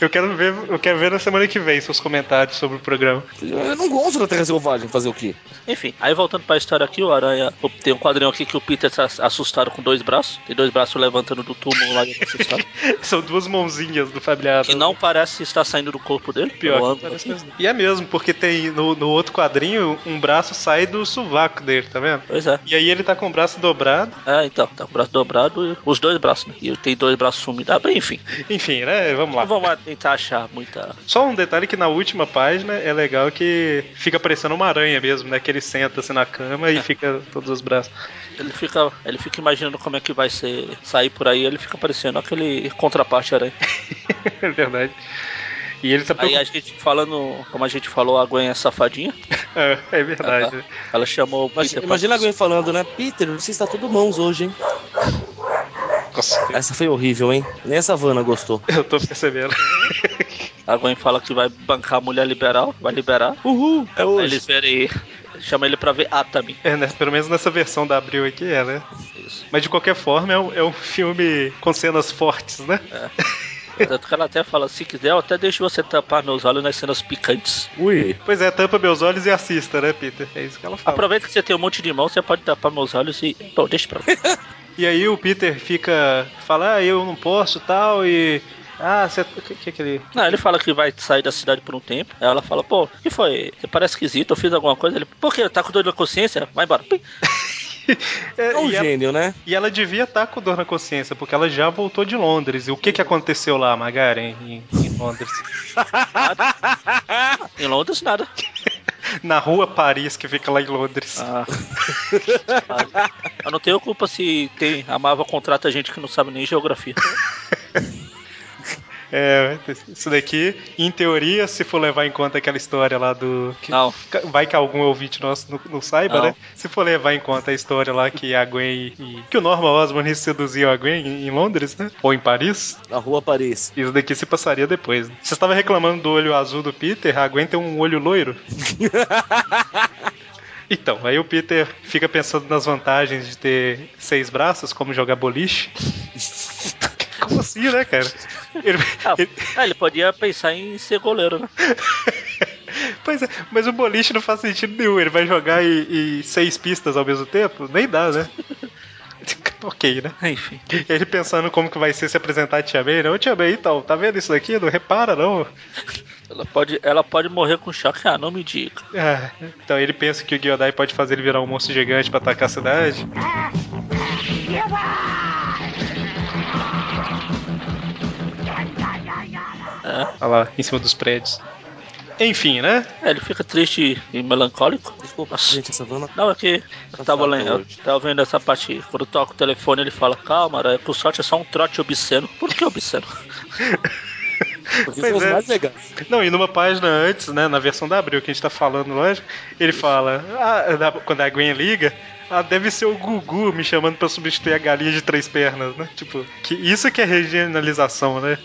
Eu quero ver, eu quero ver na semana que vem seus comentários sobre o programa. [LAUGHS]
Eu não gosto da Terra Selvagem, fazer o quê?
Enfim, aí voltando pra história aqui, o Aranha. Tem um quadrinho aqui que o Peter tá assustado com dois braços. Tem dois braços levantando do túmulo lá ele tá assustado.
São duas mãozinhas do familiar.
[LAUGHS] que não parece estar saindo do corpo dele.
Pior
pelo
que
ângulo
parece
aqui.
mesmo. E é mesmo, porque tem no, no outro quadrinho um braço sai do sovaco dele, tá vendo?
Pois é.
E aí ele tá com o braço dobrado.
É, então, tá com o braço dobrado e os dois braços, né? E tem dois braços sumidos. Ah, bem, enfim.
Enfim, né? Vamos
Não
lá.
vamos lá tentar achar muita.
Só um detalhe que na última página é legal que fica parecendo uma aranha mesmo, né? Que ele senta assim na cama
É.
e fica todos os braços. [LAUGHS]
Ele fica, ele fica imaginando como é que vai [LAUGHS] ser sair por aí, ele fica parecendo aquele contraparte aranha.
É verdade. E ele tá
Aí
preocupado.
a gente falando, como a gente falou, a Gwen é safadinha.
[LAUGHS] É, é verdade.
Ela chamou o Peter
Imagina, imagina a
pra...
Gwen falando, né? Peter, você está todo mãos hoje, hein?
Nossa,
Essa foi horrível, hein? Nem a Savana gostou.
eu tô percebendo.
a Gwen fala que vai bancar a mulher liberal, vai liberar.
Uhul, é
Aí
hoje.
eles verem. Chama ele pra ver Ah, Atami.
É, né? Pelo menos nessa versão da Abril aqui é, né?
Isso.
Mas de qualquer forma, é um, é um filme com cenas fortes, né?
Tanto que ela até fala, se quiser, eu até deixo você tapar meus olhos nas cenas picantes.
Ui.
Pois é, tampa meus olhos e assista, né, Peter? É isso que ela fala.
Aproveita que você tem um monte de mão, você pode tapar meus olhos e. Bom, deixa pra mim.
E aí o Peter fica. Fala, ah, eu não posso tal, e. Ah, você. O que, que é que ele.
Não, ele fala que vai sair da cidade por um tempo. Aí ela fala, pô, o que foi? Você parece esquisito, eu fiz alguma coisa. Ele, por quê? Tá com dor na consciência? Vai embora. Pim.
É,
É um
e, ela,
gênio, né?
e ela devia estar com dor na consciência, porque ela já voltou de Londres. E o que, que aconteceu lá, Magaren, em, em Londres?
Em Londres, nada.
Na rua Paris, que fica lá em Londres.
Ah. eu não tenho culpa se tem. A Marvel contrata gente que não sabe nem geografia.
É, isso daqui, em teoria, se for levar em conta aquela história lá do. que-
Não.
Vai que algum ouvinte nosso não, não saiba,
Não.
né? Se for levar em conta a história lá que a Gwen. e- que o Norman Osborn seduziu a Gwen em, em Londres, né? Ou em Paris.
Na rua Paris.
Isso daqui se passaria depois. Né? Você estava reclamando do olho azul do Peter, a Gwen tem um olho loiro. Então, aí o Peter fica pensando nas vantagens de ter seis braços, como jogar boliche. Como assim, né, cara? Ele-
Ah,
ele-
ah, ele podia pensar em ser goleiro, né?
Pois é, mas o boliche não faz sentido nenhum. Ele vai jogar e, e seis pistas ao mesmo tempo? Nem dá, né? [LAUGHS] ok, né?
Enfim.
Ele pensando como que vai ser se apresentar a Tia May, né? Ô Tia May, então, tá vendo isso daqui? Não repara, não.
Ela pode, ela pode morrer com choque. Ah, não me diga.
Ah, então ele pensa que o Giodai pode fazer ele virar um monstro gigante pra atacar a cidade. Olha lá, em cima dos prédios. Enfim, né?
É, ele fica triste e melancólico.
Desculpa,
Nossa.
gente, a Savana.
Não, é que eu tava,
Cansado
lendo, eu
hoje.
tava vendo essa parte. Quando toca o telefone, ele fala: Calma, aranha, por sorte é só um trote obsceno. Por que obsceno?
Porque
Pois
são os
é.
mais legais.
Não, e numa página antes, né, na versão da Abril que a gente tá falando, lógico, ele fala, ah, da- quando a Gwen liga, ah, deve ser o Gugu me chamando pra substituir a galinha de três pernas, né? Tipo, que isso que é regionalização, né?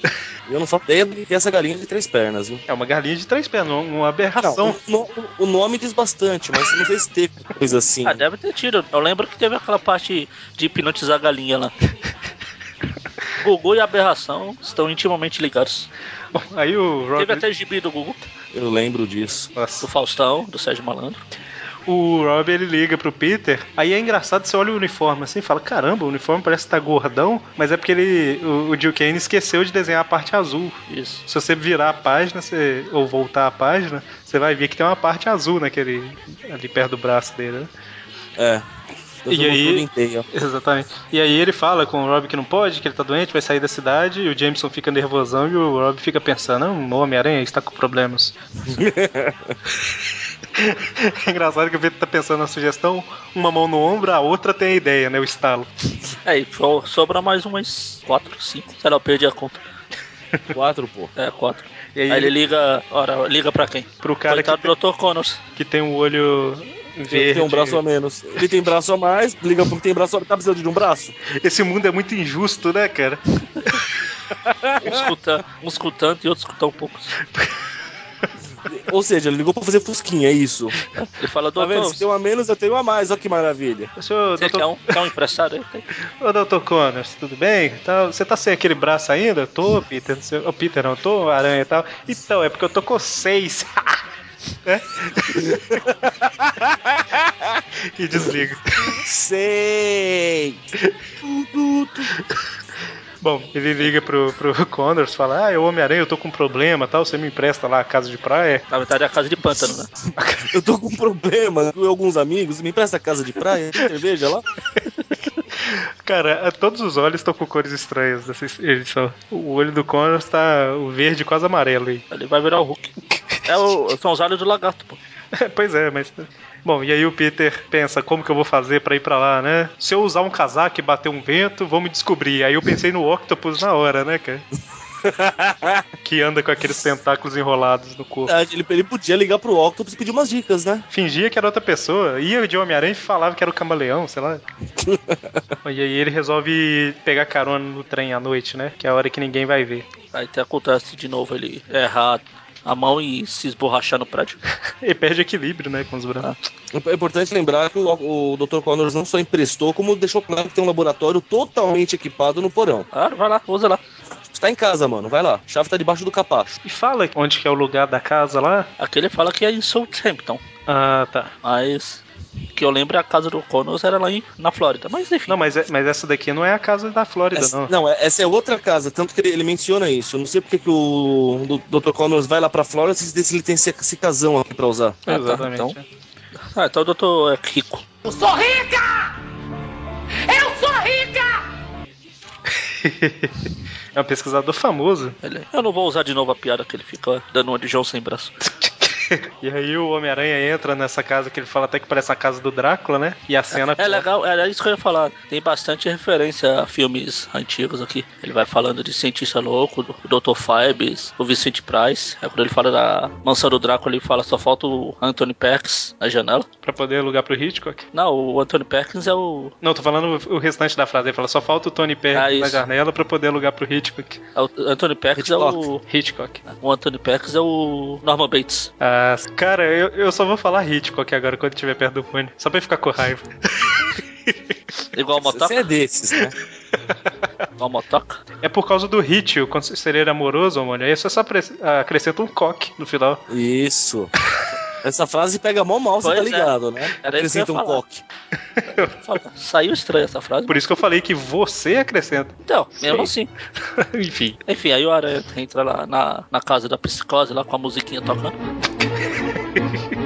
Eu não faço ideia do que é essa galinha de três pernas, viu?
É uma galinha de três pernas, uma- uma
Não,
aberração.
o, no- o nome diz bastante, mas não sei se teve coisa assim.
Ah, deve ter tido. Eu lembro que teve aquela parte de hipnotizar a galinha lá. Gugu e aberração estão intimamente ligados.
[LAUGHS] Aí o
Teve
Rob...
até gibi do Gugu,
Eu lembro disso.
Nossa.
do Faustão, do Sérgio Malandro.
O Rob ele liga pro Peter. Aí é engraçado, você olha o uniforme assim e fala: caramba, o uniforme parece que tá gordão, mas é porque ele. O, o Jill Kane esqueceu de desenhar a parte azul.
Isso.
Se você virar a página, você- ou voltar a página, você vai ver que tem uma parte azul naquele. ali perto do braço dele, né?
É.
E aí-
Inteiro.
Exatamente. E aí ele fala com o Rob que não pode, que ele tá doente, vai sair da cidade, e o Jameson fica nervosão e o Rob fica pensando, ah, um Homem-Aranha está com problemas. é engraçado que o Vitor tá pensando na sugestão, uma mão no ombro, a outra tem a ideia, né? O estalo.
Aí so- É, sobra mais umas 4, 5. Sei lá, eu perdi a conta.
Quatro, pô.
É, 4.
E
Aí
aí,
ele liga. Ora, liga pra quem?
pro cara que,
Coitado do Dr. Connors.
que tem um olho
Ele
verde.
tem um braço a menos. Ele tem braço a mais, liga porque tem braço a Tá precisando de um braço?
Esse mundo é muito injusto, né, cara?
Uns Um escuta, uns com tanto e um outros com tão poucos.
Ou seja, ele ligou pra fazer fusquinha, é isso.
Ele fala,
Tá
doutor,
vendo? Se tem um a menos, eu tenho um a mais. Olha que maravilha.
O senhor,
você
doutor,
quer um, quer um emprestado? aí? Tem.
Ô, Dr. Connors, tudo bem? Tá- você tá sem aquele braço ainda? Tô, Peter. Não sei, ô, Peter, não, tô, aranha e tal. Então, é porque eu tô com seis. [LAUGHS] Né? [LAUGHS] e desliga.
Sei!
Bom, ele liga pro, pro Connors, fala: Ah, eu, Homem-Aranha, eu tô com um problema tal. Você me empresta lá a casa de praia?
Na verdade é a casa de pântano, né?
Eu tô com um problema com alguns amigos. Me empresta a casa de praia, tem cerveja lá.
Cara, a- todos os olhos estão com cores estranhas nessa edição. O olho do Connors tá o verde quase amarelo aí.
Ele vai virar o Hulk. É o, são os olhos do lagarto, pô.
[LAUGHS] pois é, mas. Bom, e aí o Peter pensa, como que eu vou fazer pra ir pra lá, né? Se eu usar um casaco e bater um vento, vão me descobrir. Aí eu pensei no Octopus na hora, né, cara? que anda com aqueles tentáculos enrolados no corpo.
[LAUGHS] Ah, Ele, ele podia ligar pro Octopus e pedir umas dicas, né?
Fingia que era outra pessoa, ia de Homem-Aranha e falava que era o camaleão, sei lá. e aí ele resolve pegar carona no trem à noite, né? Que é a hora que ninguém vai ver.
Aí até acontece de novo ele errar a mão e se esborrachar no prédio.
Ele perde equilíbrio, né? Com os brancos.
É importante lembrar que o, o Dr. Connors não só emprestou, como deixou claro que tem um laboratório totalmente equipado no porão.
Claro, vai lá, usa lá.
Você tá em casa, mano, vai lá. A chave tá debaixo do capacho.
E fala onde que é o lugar da casa lá?
Aqui ele fala que é em Southampton,
Ah, tá.
mas que eu lembro é a casa do Connors era lá em, na Flórida. Mas enfim,
Não, mas, é- mas essa daqui não é a casa da Flórida,
Essa-
não.
não, é- essa é outra casa, tanto que ele, ele menciona isso. Eu não sei porque que o do- Dr. Connors vai lá pra Flora se se ele tem esse, esse casão aqui pra usar.
Ah, tá,
Exatamente.
então. ah, então o doutor é rico.
Eu sou rica! Eu sou rica!
é um pesquisador famoso.
Ele, eu não vou usar de novo a piada que ele fica dando uma de João sem braço.
E aí o Homem-Aranha entra nessa casa que ele fala até que parece a casa do Drácula, né? E a cena.
É legal, era isso que eu ia falar. Tem bastante referência a filmes antigos aqui. Ele vai falando de cientista louco, do Dr. Fibes, o Vicente Price. Aí quando ele fala da mansão do Drácula, ele fala só falta o Anthony Perkins na janela.
Pra poder alugar pro Hitchcock.
Não, o Anthony Perkins é o,
Não, tô falando o restante da frase. Ele fala, só falta o Tony
Ah,
Perkins na
isso.
janela pra poder alugar pro Hitchcock.
é o Anthony Perkins é o,
Hitchcock.
o Anthony Perkins é o Norman Bates.
Ah, cara, eu, eu só vou falar Hitchcock agora quando estiver perto do fone. Só pra ele ficar com raiva.
Igual a
Você
motoca,
é desses, né?
igual a motoca.
é por causa do Hit, o conselheiro amoroso, mano. Aí você só apres- acrescenta um coque no final.
Isso. Essa frase pega mó mal, você
Pois
tá
é.
ligado, né?
Era isso que
Acrescenta
eu ia
um
falar.
coque.
Fala, Saiu estranha essa frase.
Por isso que eu falei que você acrescenta. [LAUGHS]
Então, mesmo assim.
Enfim.
Enfim, aí o Aranha entra lá na, na casa da psicose, lá com a musiquinha tocando.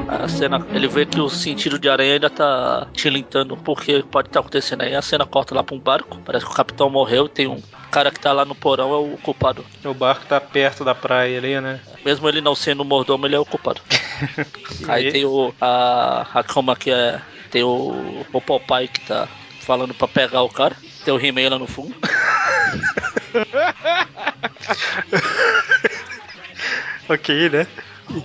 A cena, ele vê que o sentido de aranha ainda tá tilintando porque pode estar acontecendo aí. A cena corta lá pra um barco, parece que o capitão morreu. Tem um cara que tá lá no porão, é o culpado.
O barco tá perto da praia ali, né?
Mesmo ele não sendo o mordomo, ele é o culpado. Aí tem o. A, a cama que é. Tem o, o Popeye que tá falando pra pegar o cara. Tem o He-Man lá no fundo.
Ok, né?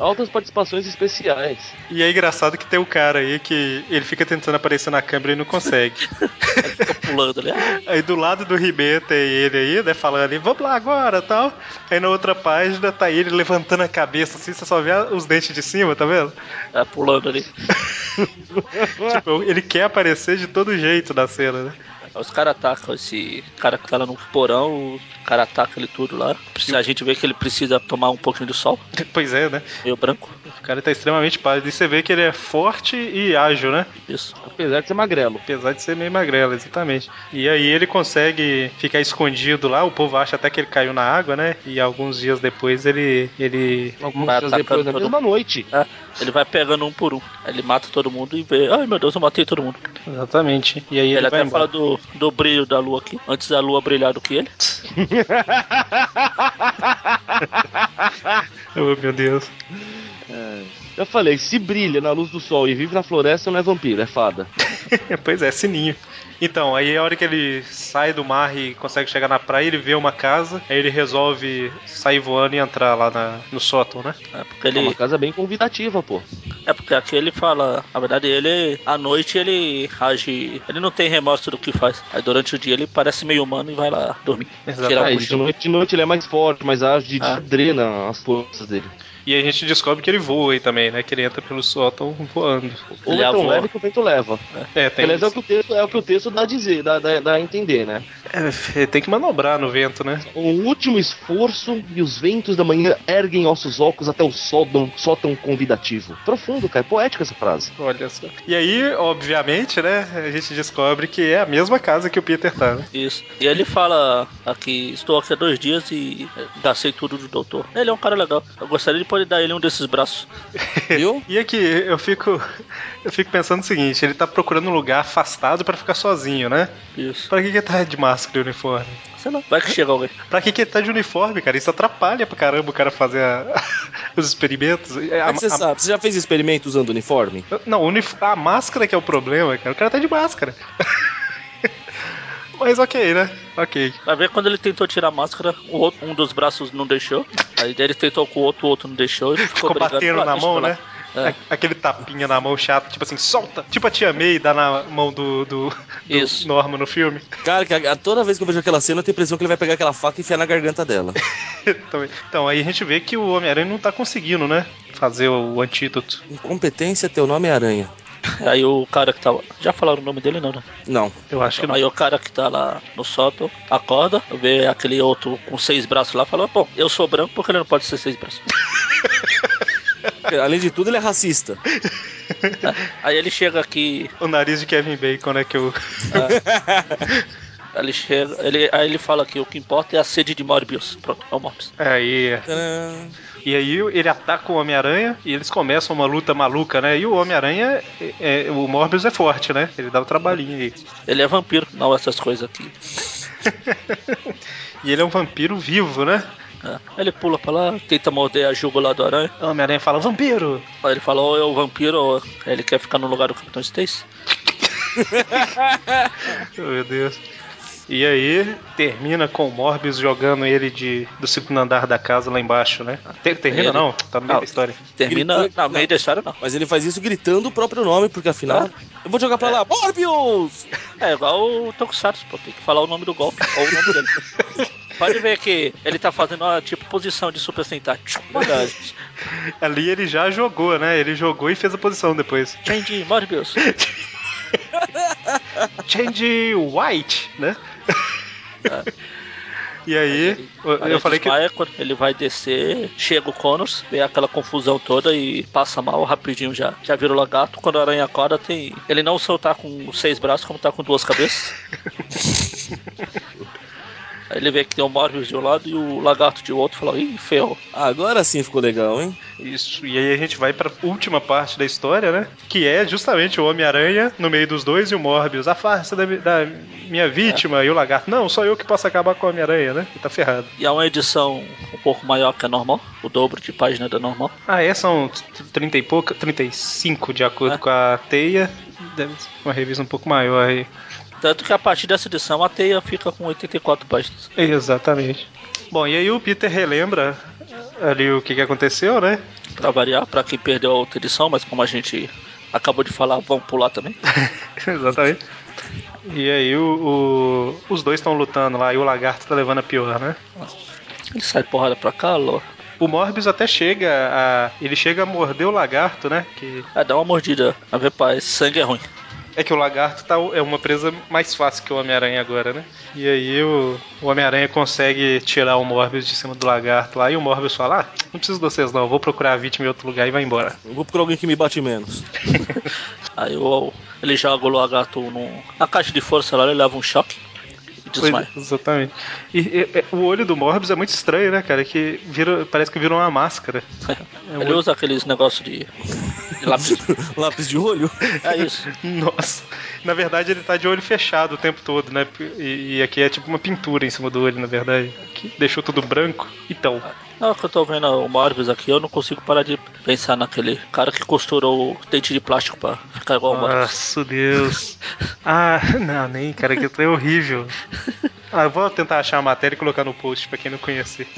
Altas participações especiais.
E é engraçado que tem um cara aí que ele fica tentando aparecer na câmera e
[LAUGHS]
não consegue.
Fica pulando ali. Ah,
aí do lado do Ribeiro tem ele aí, né? Falando ali, vamos lá agora tal. Aí na outra página tá ele levantando a cabeça assim, você só vê a- os dentes de cima, tá vendo?
tá pulando ali.
tipo, ele quer aparecer de todo jeito na cena, né? [LAUGHS]
Os caras atacam esse cara que tá lá no porão, o cara ataca ele tudo lá. Precisa- A gente vê que ele precisa tomar um pouquinho de sol,
Pois é, né?
meio branco.
O cara tá extremamente pálido. E você vê que ele é forte e ágil, né?
Isso.
Apesar de ser magrelo.
Apesar de ser meio magrelo, exatamente. E aí ele consegue ficar escondido lá, o povo acha até que ele caiu na água, né? E alguns dias depois ele. ele.
Alguns
Vai
dias
atacando
depois, na
todo
mesma noite.
Ah, ele vai pegando um por um. Ele mata todo mundo e vê. Ai meu Deus, eu matei todo mundo.
Exatamente. E aí
Ele,
ele, vai
até
embora.
fala do, do brilho da lua aqui. Antes da lua brilhar do que ele.
Oh, meu Deus. [LAUGHS]
Eu falei, se brilha na luz do sol e vive na floresta, não é vampiro, é fada.
pois é, sininho. Então, aí a hora que ele sai do mar e consegue chegar na praia, ele vê uma casa, aí ele resolve sair voando e entrar lá na- no sótão, né?
É porque
É uma
ele.
casa bem convidativa, pô.
É porque aqui ele fala. Na verdade, ele. À noite ele age. Ele não tem remorso do que faz. Aí durante o dia ele parece meio humano e vai lá dormir. Tirar
Ah,
o
e de,
cochilo.
noite, de noite ele é mais forte, mais ágil, de
Ah.
drena as forças dele.
E a gente descobre que ele voa aí também, né? Que ele entra pelo sótão voando.
Ou
Ele
é tão
avoa.
leve que o vento leva.
É, tem,
Aliás, é o que o texto, é o que o texto dá a dizer, dá, dá- dá a entender, né?
é, tem que manobrar no vento, né?
Um último esforço e os ventos da manhã erguem nossos óculos até o sótão, sótão convidativo. Profundo, cara. É poética essa frase.
Olha só. E aí, obviamente, né? A gente descobre que é a mesma casa que o Peter tá, né?
Isso. E ele fala aqui, estou aqui há dois dias e gastei tudo do doutor. Ele é um cara legal. Eu gostaria de poder dar ele um desses braços.
[LAUGHS] Viu?
E aqui eu fico eu fico pensando o seguinte, ele tá procurando um lugar afastado pra ficar sozinho, né?
Isso.
Pra que que ele tá de máscara e uniforme?
Sei lá,
Hum?
vai que chega alguém.
Pra que que ele tá de uniforme, cara? Isso atrapalha pra caramba o cara fazer a- [LAUGHS] os experimentos. É, a-
Como é que você
a-
sabe? Você já fez experimento usando uniforme?
Não, o unif- a máscara que é o problema, cara. O cara tá de máscara. [LAUGHS] Mas ok, né? Ok.
Vai ver quando ele tentou tirar a máscara, o outro- um dos braços não deixou. Aí ele tentou com o outro, o outro não deixou. Ele ficou,
Ficou
brigando.
batendo
Ah,
na
deixa
mão,
eu lá.
né?
É.
A- Aquele tapinha na mão chato, tipo assim, solta! Tipo a Tia May dá na mão do, do, [LAUGHS] do
Isso.
Norma no filme. [LAUGHS]
Cara, que a- toda vez que eu vejo aquela cena, eu tenho a impressão que ele vai pegar aquela faca e enfiar na garganta [LAUGHS] dela.
Então, então, aí a gente vê que o Homem-Aranha não tá conseguindo, né? Fazer o antídoto.
Incompetência, teu nome é Aranha.
Aí o cara que tava. Já falaram o nome dele, não, né?
Não.
Eu acho que não.
Aí o cara que tá lá no sótão acorda, vê aquele outro com seis braços lá e fala: Bom, eu sou branco porque ele não pode ser seis braços.
Além de tudo, ele é racista.
Aí ele chega aqui,
O nariz de Kevin Bacon, né? Que eu... [LAUGHS]
ele chega, ele, aí ele fala que o que importa é a sede de Morbius. Pronto, é o Morbius.
Aí
Tcharam.
E aí ele ataca o Homem-Aranha e eles começam uma luta maluca, né? E o Homem-Aranha, é- é- o Morbius é forte, né? Ele dá o trabalhinho aí.
Ele é vampiro, não essas coisas aqui.
E ele é um vampiro vivo, né?
né? Aí Ele pula pra lá, tenta morder a jugula do aranha.
O Homem-Aranha fala, vampiro!
Aí ele fala, ou é o vampiro, ou ele quer ficar no lugar do Capitão Stacy.
Oh, meu Deus. E aí termina com o Morbius jogando ele de, do segundo andar da casa lá embaixo, né? Te- termina
Ele-
não, tá no meio
Não.
da história.
Termina
Gritando-
na meio da história, não.
Mas ele faz isso gritando o próprio nome, porque afinal. Eu vou jogar pra lá. Morbius!
É igual o Tokusatsu, pô, tem que falar o nome do golpe, ou o nome dele. Pode ver que ele tá fazendo uma, tipo, posição de Super Sentai. Tchum, olha, [LAUGHS]
Ali ele já jogou, né? Ele jogou e fez a posição depois.
Change Morbius.
Change White, né? [LAUGHS] E aí, eu, eu
Aí ele
falei que
desmaia, quando ele vai descer, chega o Connors, vê aquela confusão toda e passa mal rapidinho já. Já vira o lagarto. Quando a aranha acorda, tem. Ele não só tá com seis braços, como tá com duas cabeças. Aí ele vê que tem o Morbius de um lado e o lagarto de outro. Fala, ih, ferro.
Agora sim ficou legal, hein?
Isso, e aí a gente vai pra última parte da história, né? Que é justamente o Homem-Aranha no meio dos dois e o Morbius. Afasta da, mi- da minha vítima e o lagarto. Não, só eu que posso acabar com o Homem-Aranha, né? Que tá ferrado.
E é uma edição um pouco maior que a normal, o dobro de página da normal.
Ah, é, são t- 30 e pouca, 35 de acordo
É.
com a teia. Deve ser uma revista um pouco maior aí.
Tanto que a partir dessa edição a teia fica com 84 páginas.
Exatamente. Bom, e aí o Peter relembra ali o que, que aconteceu, né?
Pra variar, pra quem perdeu a outra edição, mas como a gente acabou de falar, vamos pular também.
[LAUGHS] Exatamente. E aí o- o- os dois estão lutando lá e o lagarto tá levando a pior, né?
Ele sai porrada pra cá, lo-
O Morbius até chega a. Ele chega a morder o lagarto, né? Que,
Ah, dá uma mordida. Mas ver, pá, esse sangue é ruim.
é que o lagarto tá, é uma presa mais fácil que o Homem-Aranha agora, né? E aí o, o Homem-Aranha consegue tirar o Morbius de cima do lagarto lá. E o Morbius fala: ah, não preciso de vocês não, eu vou procurar a vítima em outro lugar e vai embora.
Eu vou procurar alguém que me bate menos.
Aí o, ele joga o lagarto num, na caixa de força lá, ele leva um choque e desmaia.
Pois- Exatamente. E, e- e- o olho do Morbius é muito estranho, né, cara? Que vira, parece que vira uma máscara. [LAUGHS] É
ele
um-
usa aqueles negócios de, de lápis.
[LAUGHS]
[LAUGHS] Lápis de olho?
é isso.
Nossa. Na verdade, ele tá de olho fechado o tempo todo, né? E, e aqui é tipo uma pintura em cima do olho, na verdade. Que deixou tudo branco. Então.
Não, que eu tô vendo o Morbius aqui, eu não consigo parar de pensar naquele cara que costurou o dente de plástico pra ficar igual
Ah,
o Morbius.
Nossa, Deus. Ah, não, nem, cara, que é horrível. Ah, eu vou tentar achar a matéria e colocar no post pra quem não conhecer.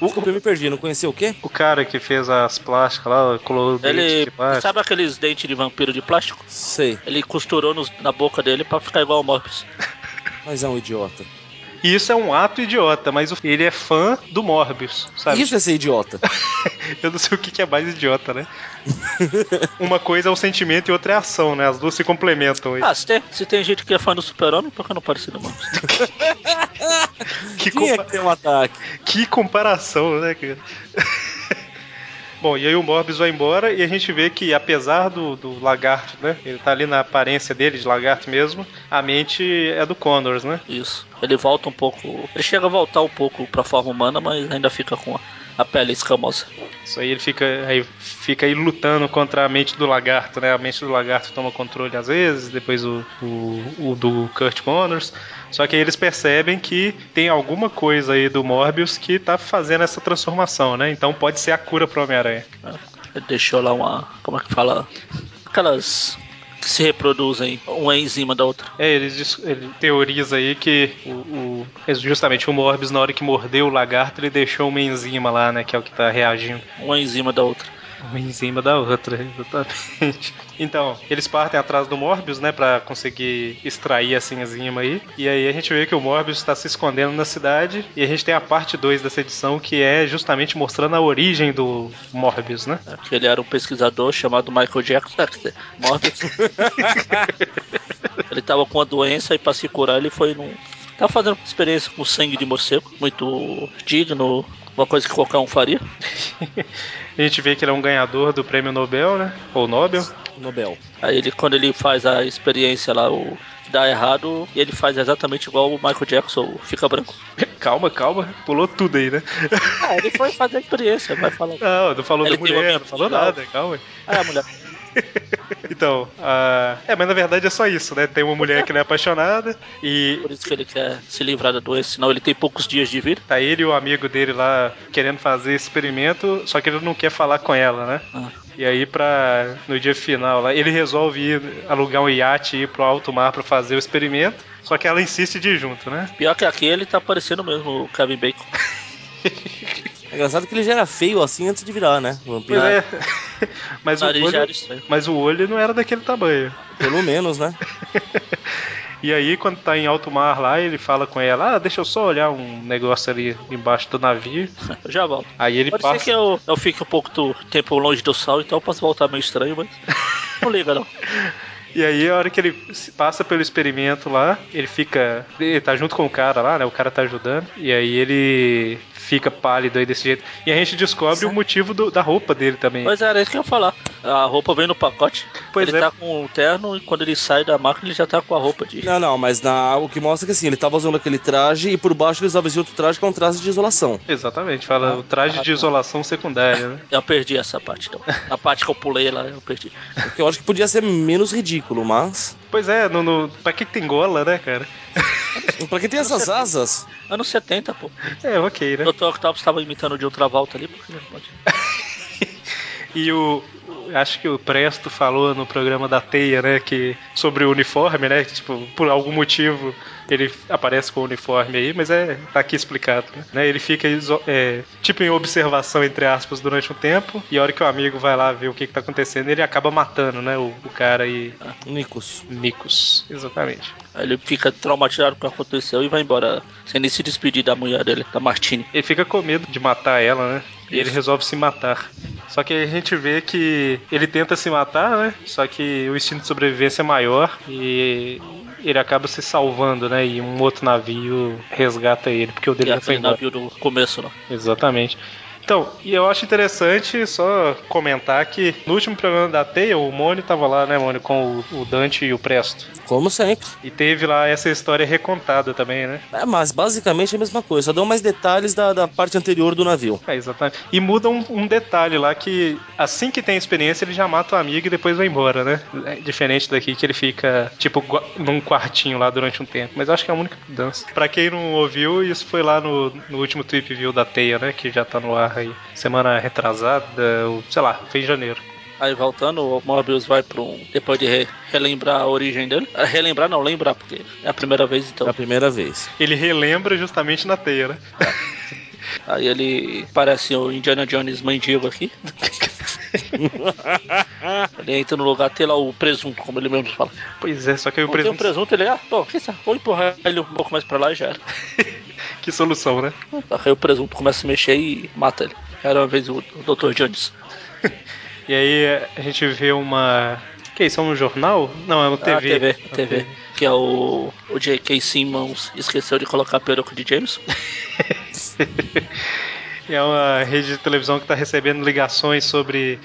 Desculpa, eu me perdi. Não conheceu o quê?
O cara que fez as plásticas lá, colou o dente
Ele.
de plástico.
Sabe aqueles dentes de vampiro de plástico?
Sei,
Ele costurou nos- na boca dele pra ficar igual o Morbius.
mas é um idiota.
E isso é um ato idiota, mas o- ele é fã do Morbius, sabe?
Isso é ser idiota.
Eu não sei o que que é mais idiota, né? Uma coisa é o sentimento e outra é a ação, né? As duas se complementam aí.
Ah, se tem, se tem gente que é fã do Super-Homem, por que não pode ser do Morbius?
[LAUGHS] que
Quem é
compa-
que tem um ataque?
Que comparação, né, cara? [LAUGHS] Bom, e aí o Morbius vai embora e a gente vê que apesar do, do lagarto, né? Ele tá ali na aparência dele, de lagarto mesmo, a mente é do Connors, né?
Isso. Ele volta um pouco. Ele chega a voltar um pouco pra forma humana, mas ainda fica com a- a pele escamosa.
Isso aí ele fica aí, fica aí lutando contra a mente do lagarto, né? A mente do lagarto toma controle às vezes, depois o, o, o do Kurt Connors. Só que aí eles percebem que tem alguma coisa aí do Morbius que tá fazendo essa transformação, né? Então pode ser a cura pro Homem-Aranha.
Ele deixou lá uma. Como é que fala? Aquelas. que se reproduzem uma enzima da outra.
É, eles dis- ele teoriza aí que o, o- justamente o Morbius, na hora que mordeu o lagarto, ele deixou uma enzima lá, né? Que é o que tá reagindo.
Uma enzima da outra.
Uma enzima da outra, [LAUGHS] exatamente. Então, eles partem atrás do Morbius, né, Pra conseguir extrair essa enzima aí. E aí a gente vê que o Morbius está se escondendo na cidade. E a gente tem a parte 2 dessa edição, que é justamente mostrando a origem do Morbius, né?
né? Porque ele era um pesquisador chamado Michael Jackson, né, quer dizer, Morbius. ele tava com uma doença e para se curar ele foi num. Tava fazendo experiência com sangue de morcego, muito digno, uma coisa que qualquer um faria.
A gente vê que ele é um ganhador do prêmio Nobel, né? Ou Nobel.
Nobel.
Aí ele, quando ele faz a experiência lá, o dá errado, e ele faz exatamente igual o Michael Jackson, o fica branco.
Calma, calma. Pulou tudo aí, né?
Ah, ele foi fazer a experiência, vai falar.
Não, não falou
Ele
da
tem uma
mulher,
amiga
não falou
natural.
nada, calma.
Ah, É, mulher.
Então, ah, é, mas na verdade é só isso, né? Tem uma mulher que não é apaixonada e
Por isso que ele quer se livrar da doença, senão ele tem poucos dias de vida.
Tá ele e o amigo dele lá querendo fazer experimento, só que ele não quer falar com ela, né?
Ah.
E aí pra no dia final lá, ele resolve ir alugar um iate e ir pro alto mar pra fazer o experimento, só que ela insiste de ir junto, né?
Pior que aqui ele tá parecendo mesmo o Kevin Bacon.
É engraçado que ele já era feio assim antes de virar, né? Vampiro.
Pois é. [LAUGHS] Mas
O
o
nariz já
olho,
era estranho.
mas o olho não era daquele tamanho.
Pelo menos, né?
E aí, quando tá em alto mar lá, ele fala com ela: Ah, deixa eu só olhar um negócio ali embaixo do navio.
né? Eu já volto.
Aí ele
Pode
passa.
ser que eu, eu fique um pouco do tempo longe do sol, então eu posso voltar meio
[LAUGHS]
estranho, mas. Não liga não.
E aí a hora que ele se- passa pelo experimento lá, ele fica. Ele tá junto com o cara lá, né? O cara tá ajudando. E aí ele fica pálido aí desse jeito. E a gente descobre o motivo do- da roupa dele também.
Mas era isso que eu ia falar. A roupa vem no pacote.
Pois
ele
é.
tá com o terno e quando ele sai da máquina ele já tá com a roupa de.
Não, não, mas na... o que mostra é que assim, ele tava usando aquele traje e por baixo ele usava esse outro traje que é um traje de isolação.
Exatamente, fala o
Ah,
traje
tá.
de isolação secundária, né?
Eu perdi essa parte, então. A parte que eu pulei lá, eu perdi.
O que eu acho que podia ser menos ridículo, mas.
Pois é, no, no, pra que que tem gola, né, cara?
assim, Pra quem tem essas asas,
Anos 70, pô.
É, ok, né?
O Dr. Octopus tava imitando o de Ultravolta ali, porque não pode.
E o. o- Acho que o Presto falou no programa da Teia, né? Que, sobre o uniforme, né? que, Tipo, por algum motivo ele aparece com o uniforme aí, mas é. tá aqui explicado, né? né? Ele fica iso- é, tipo em observação, entre aspas, durante um tempo, e a hora que o amigo vai lá ver o que, que tá acontecendo, ele acaba matando, né? O, o cara e.
Nicos.
Nicos. Exatamente.
Ah. Aí ele fica traumatizado com o que aconteceu e vai embora, sem nem se despedir da mulher dele, da Martini.
Ele fica com medo de matar ela, né? E ele
Isso.
resolve se matar. Só que a gente vê que ele tenta se matar, né? Só que o instinto de sobrevivência é maior e ele acaba se salvando, né? E um outro navio resgata ele, porque o
Que
dele
é
já foi
aquele
embora.
navio do começo, não.
Exatamente. Então, e eu acho interessante só comentar que no último programa da Teia, o Mônio tava lá, né, Mônio, com o- o Dante e o Presto.
Como sempre.
E teve lá essa história recontada também, né?
É, mas basicamente é a mesma coisa, só dão mais detalhes da, da parte anterior do navio.
É, exatamente. E muda um, um detalhe lá que assim que tem experiência ele já mata o amigo e depois vai embora, né? É diferente daqui que ele fica, tipo, gua- num quartinho lá durante um tempo. Mas eu acho que é a única mudança. Pra quem não ouviu, isso foi lá no, no último Trip View da Teia, né? Que já tá no ar aí. Semana retrasada, ou, sei lá, foi em janeiro.
Aí voltando, o Morbius vai para um. Depois de re- relembrar a origem dele. Ah, Relembrar não, lembrar, porque é a primeira vez então.
Tá.
Da primeira vez.
Ele relembra justamente na Teia, né?
Aí ele parece o Indiana Jones mendigo
[LAUGHS]
aqui. ele entra no lugar, tem lá o presunto, como ele mesmo fala.
Pois é, só que aí o
Não Tem um
presunto...
presunto, ele, ah, bom, que isso? vou empurrar ele um pouco mais pra lá e já era.
Que solução, né?
Aí o presunto começa a se mexer e mata ele. Era uma vez o, o Dr. Jones.
E aí a gente vê uma... Que isso, é um jornal? Não, é uma
Ah,
TV.
TV,
Uma
TV. Que é o, o J.K. Simmons esqueceu de colocar a peruca de James.
E É uma rede de televisão que tá recebendo ligações sobre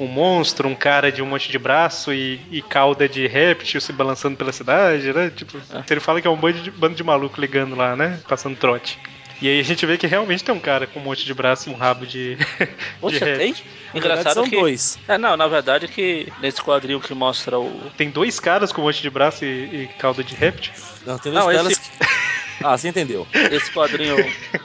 um monstro, um cara de um monte de braço e, e cauda de réptil se balançando pela cidade, né? Tipo, ele fala que é um bando de, bando de maluco ligando lá, né? Passando trote. E aí a gente vê que realmente tem um cara com um monte de braço e um rabo de, [LAUGHS] de
Você
réptil.
tem?
Na verdade,
Engraçado
são
que.
dois.
É, não, na verdade que nesse quadrinho que mostra o.
Tem dois caras com um monte de braço e, e cauda de réptil.
Não, tem dois
Não,
caras
esse-
que. Ah, você entendeu.
Esse quadrinho,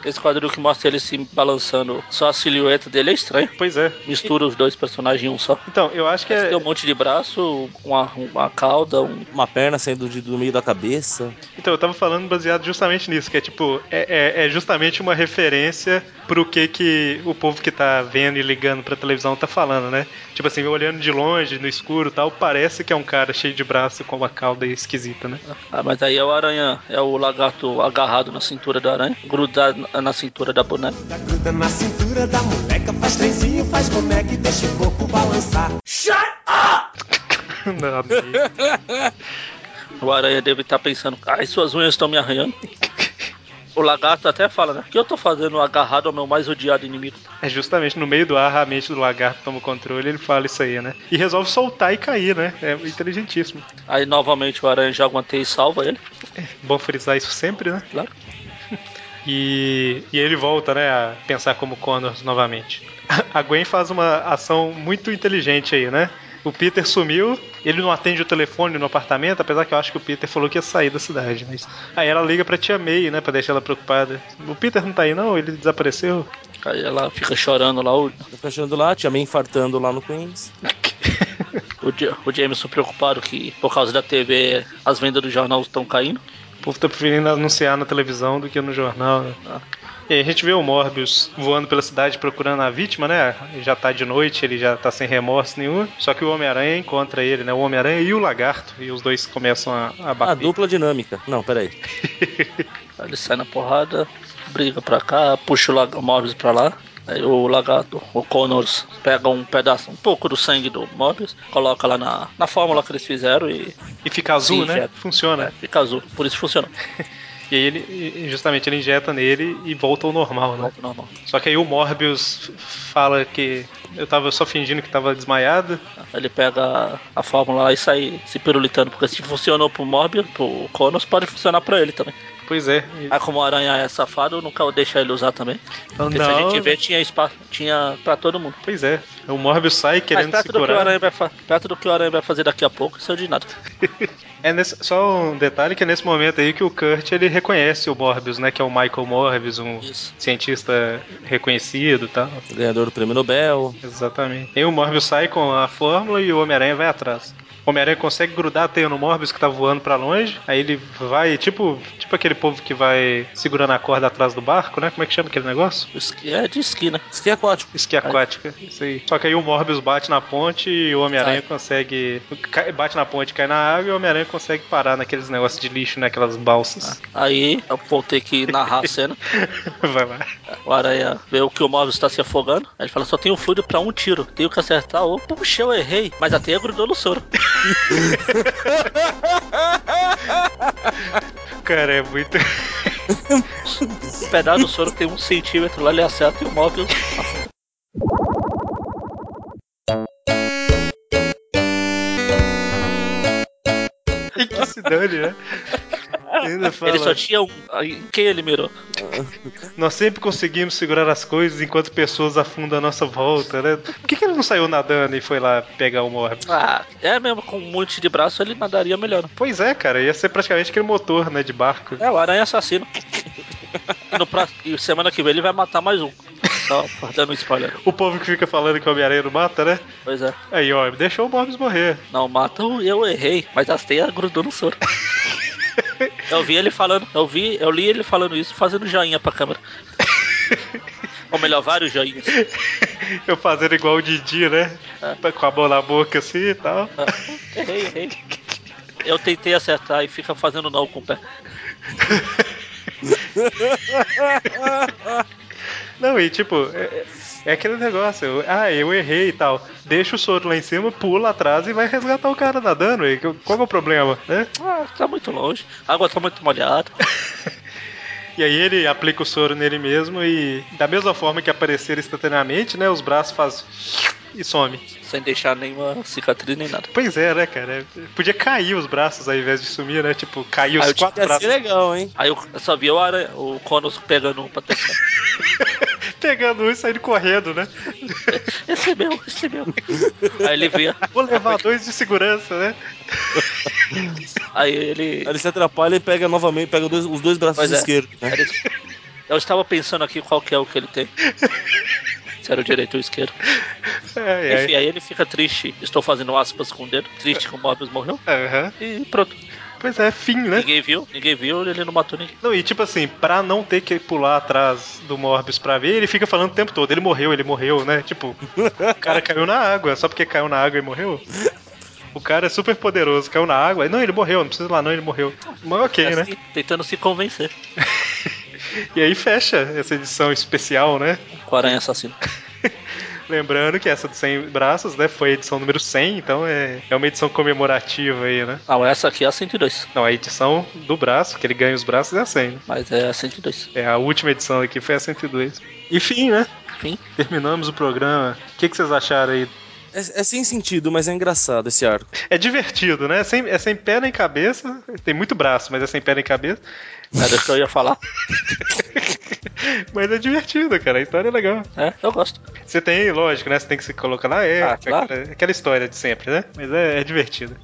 esse quadrinho que mostra ele se balançando, só a silhueta dele é estranho.
Pois é.
Mistura os dois personagens em um só.
Então, eu acho que é.
Tem um monte de braço, uma, uma cauda, um.
Uma perna saindo de- do meio da cabeça.
Então, eu tava falando baseado justamente nisso, que é tipo, é, é- é justamente uma referência pro que, que o povo que tá vendo e ligando pra televisão tá falando, né? Tipo assim, olhando de longe, no escuro e tal, parece que é um cara cheio de braço com uma cauda esquisita, né?
Ah, mas aí é o aranha, é o lagarto agarrado na cintura da aranha, grudado na- na cintura da boneca.
Da gruda na cintura da moleca, faz trenzinho, faz boneca e deixa o corpo balançar.
Não, amigo.
O aranha deve estar pensando, ai, suas unhas estão me arranhando. O lagarto até fala, né? O que eu tô fazendo agarrado ao meu mais odiado inimigo?
é justamente no meio do ar, a mente do lagarto toma o controle, ele fala isso aí, né? E resolve soltar e cair, né? É inteligentíssimo.
Aí novamente o aranha joga uma teia e salva ele.
Bom frisar isso sempre, né?
Claro.
[LAUGHS] E, e ele volta, né, a pensar como Connors novamente. A Gwen faz uma ação muito inteligente aí, né? O Peter sumiu, ele não atende o telefone no apartamento, apesar que eu acho que o Peter falou que ia sair da cidade, mas... Aí ela liga pra tia May, né, pra deixar ela preocupada. O Peter não tá aí não, ele desapareceu.
Aí ela fica chorando lá, o,
Tá fechando lá, tia May infartando lá no Queens.
o, Ja- o Jameson preocupado que por causa da TV as vendas do jornal estão caindo.
O povo tá preferindo anunciar na televisão do que no jornal, né?
Ah.
E aí a gente vê o Morbius voando pela cidade procurando a vítima, né? Já tá de noite, ele já tá sem remorso nenhum. Só que o Homem-Aranha encontra ele, né? O Homem-Aranha e o Lagarto. E os dois começam a, a
A
bater.
Ah, dupla dinâmica. Não, peraí.
Aí ele sai na porrada, briga pra cá, puxa o lag- o Morbius pra lá. Aí o lagarto, o Connors, pega um pedaço, um pouco do sangue do Morbius, coloca lá na, na fórmula que eles fizeram e
e fica azul,
Ah, Sim,
né?
já.
Funciona.
é, fica azul. Por isso funcionou.
E aí ele, e- justamente, ele injeta nele e volta ao normal, né?
Volta ao normal.
Só que aí o Morbius f- fala que eu tava só fingindo que tava desmaiado.
Aí Ele pega a fórmula lá e sai se pirulitando, porque se funcionou pro Morbius, pro Connors, pode funcionar pra ele também.
Pois é.
Aí como o Aranha é safado, eu nunca deixa ele usar também.
Não,
Porque se a gente ver, tinha espaço, tinha pra todo mundo.
Pois é. O Morbius sai
Mas
querendo se
perto do, que o
curar.
Aranha vai fa- perto do que o Aranha vai fazer daqui a pouco, isso é de nada.
É nesse- só um detalhe que é nesse momento aí que o Kurt ele reconhece o Morbius, né? Que é o Michael Morbius, um
Isso.
cientista reconhecido, e tal.
Ganhador do prêmio Nobel.
Exatamente. E o Morbius sai com a fórmula e o Homem-Aranha vai atrás. O Homem-Aranha consegue grudar a teia no Morbius que tá voando pra longe. Aí ele vai, tipo, tipo aquele povo que vai segurando a corda atrás do barco, né? Como é que chama aquele negócio?
Esqui- É de esquina.
Esqui aquático.
Esqui aquática, isso aí. Só que aí o Morbius bate na ponte e o Homem-Aranha consegue. cai- Bate na ponte, cai na água e o Homem-Aranha consegue parar naqueles negócios de lixo, né? Aquelas balsas.
Aí eu vou ter que narrar a cena. [LAUGHS]
[LAUGHS] Vai lá.
O Aranha vê o que o Morbius está se afogando. Aí ele fala: só tenho fluido pra um tiro. Tenho que acertar. Oh, puxa, eu errei. Mas a teia grudou no soro.
Cara, é muito.
Um pedaço do soro tem um centímetro lá, ele acerta e o Morbius.
E [LAUGHS] que se dane, né? Ainda
Ele só
fala.
tinha um. Aí, em quem ele mirou?
Nós sempre conseguimos segurar as coisas enquanto pessoas afundam a nossa volta, né? Por que, que ele não saiu nadando e foi lá pegar o Morbius?
Ah, é mesmo, com um monte de braço ele nadaria melhor. né?
Pois é, cara, ia ser praticamente aquele motor, né? De barco.
É, o Aranha é assassino. E, no pra... e semana que vem ele vai matar mais um. Só dando um spoiler.
O povo que fica falando que o Homem-Aranha não mata, né?
Pois é.
Aí, ó, deixou o Morbius morrer.
Não, matam e eu errei, mas as teias grudou no soro. eu vi ele falando, eu vi, eu li ele falando isso, fazendo joinha pra câmera. Ou melhor, vários joinhas.
Eu fazendo igual o Didi, né? Com a mão na boca assim e tal.
Ah, errei, errei. Eu tentei acertar e fica fazendo não com o pé.
Não, e tipo, é, é aquele negócio, eu- ah, eu errei e tal. Deixa o soro lá em cima, pula atrás e vai resgatar o cara nadando. E qual que é o problema, né?
Ah, tá muito longe, a água tá muito molhada.
E aí ele aplica o soro nele mesmo e da mesma forma que aparecer instantaneamente, né? Os braços faz e some.
Sem deixar nenhuma cicatriz nem nada.
Pois é, né, cara? Podia cair os braços ao invés de sumir, né? Tipo, cair
Ah,
os
eu tinha
quatro
Ia ser
braços.
legal, hein?
Aí eu só vi o, aranha, o Conos pegando um pra testar.
pegando um e saindo correndo, né?
Esse é meu, esse é meu. Aí ele via.
Vou
[LAUGHS]
levar dois de segurança, né?
Aí ele.
Aí ele se atrapalha e pega novamente, pega dois- os dois braços
Pois é.
esquerdos. né?
Eu estava pensando aqui qual que é o que
[LAUGHS]
ele tem. Se era o direito ou o esquerdo.
Ai, ai.
Enfim, é. aí ele fica triste. Estou fazendo aspas com o dedo. Triste que o Morbius morreu.
Aham.
E pronto.
Pois é, fim, né?
Ninguém viu, ninguém viu, ele não matou ninguém.
Não, e tipo assim, pra não ter que pular atrás do Morbius pra ver, ele fica falando o tempo todo, ele morreu, ele morreu, né? [LAUGHS] Tipo, o cara caiu na água, só porque caiu na água e morreu? O cara é super poderoso, caiu na água. Não, ele morreu, não precisa ir lá, não, ele morreu. Mas ok, né?
Assim, Tentando se convencer
E aí fecha essa edição especial, né?
com o aranha assassino.
Lembrando que essa do 100 braços, né, foi a edição número 100, então é, é uma edição comemorativa aí, né?
Não, essa aqui é a 102.
Não, a edição do braço, que ele ganha os braços, é a 100, né?
Mas é a 102.
É, a última edição aqui foi a 102. Enfim, né?
Fim.
Terminamos o programa. O que, que vocês acharam aí?
É, é sem sentido, mas é engraçado esse arco.
É divertido, né? É sem, é sem pé nem cabeça. Tem muito braço, mas é sem pé nem cabeça.
Era o que eu ia falar.
Mas é divertido, cara. A história é legal.
É, eu gosto.
Você tem, lógico, né? Você tem que se colocar na época.
Ah, claro.
aquela, é aquela história de sempre, né? Mas é, é divertido.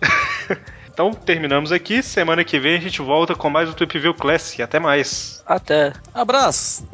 [LAUGHS] então, terminamos aqui. Semana que vem a gente volta um com mais o Tweep View Classic. Até mais.
Até.
Abraço!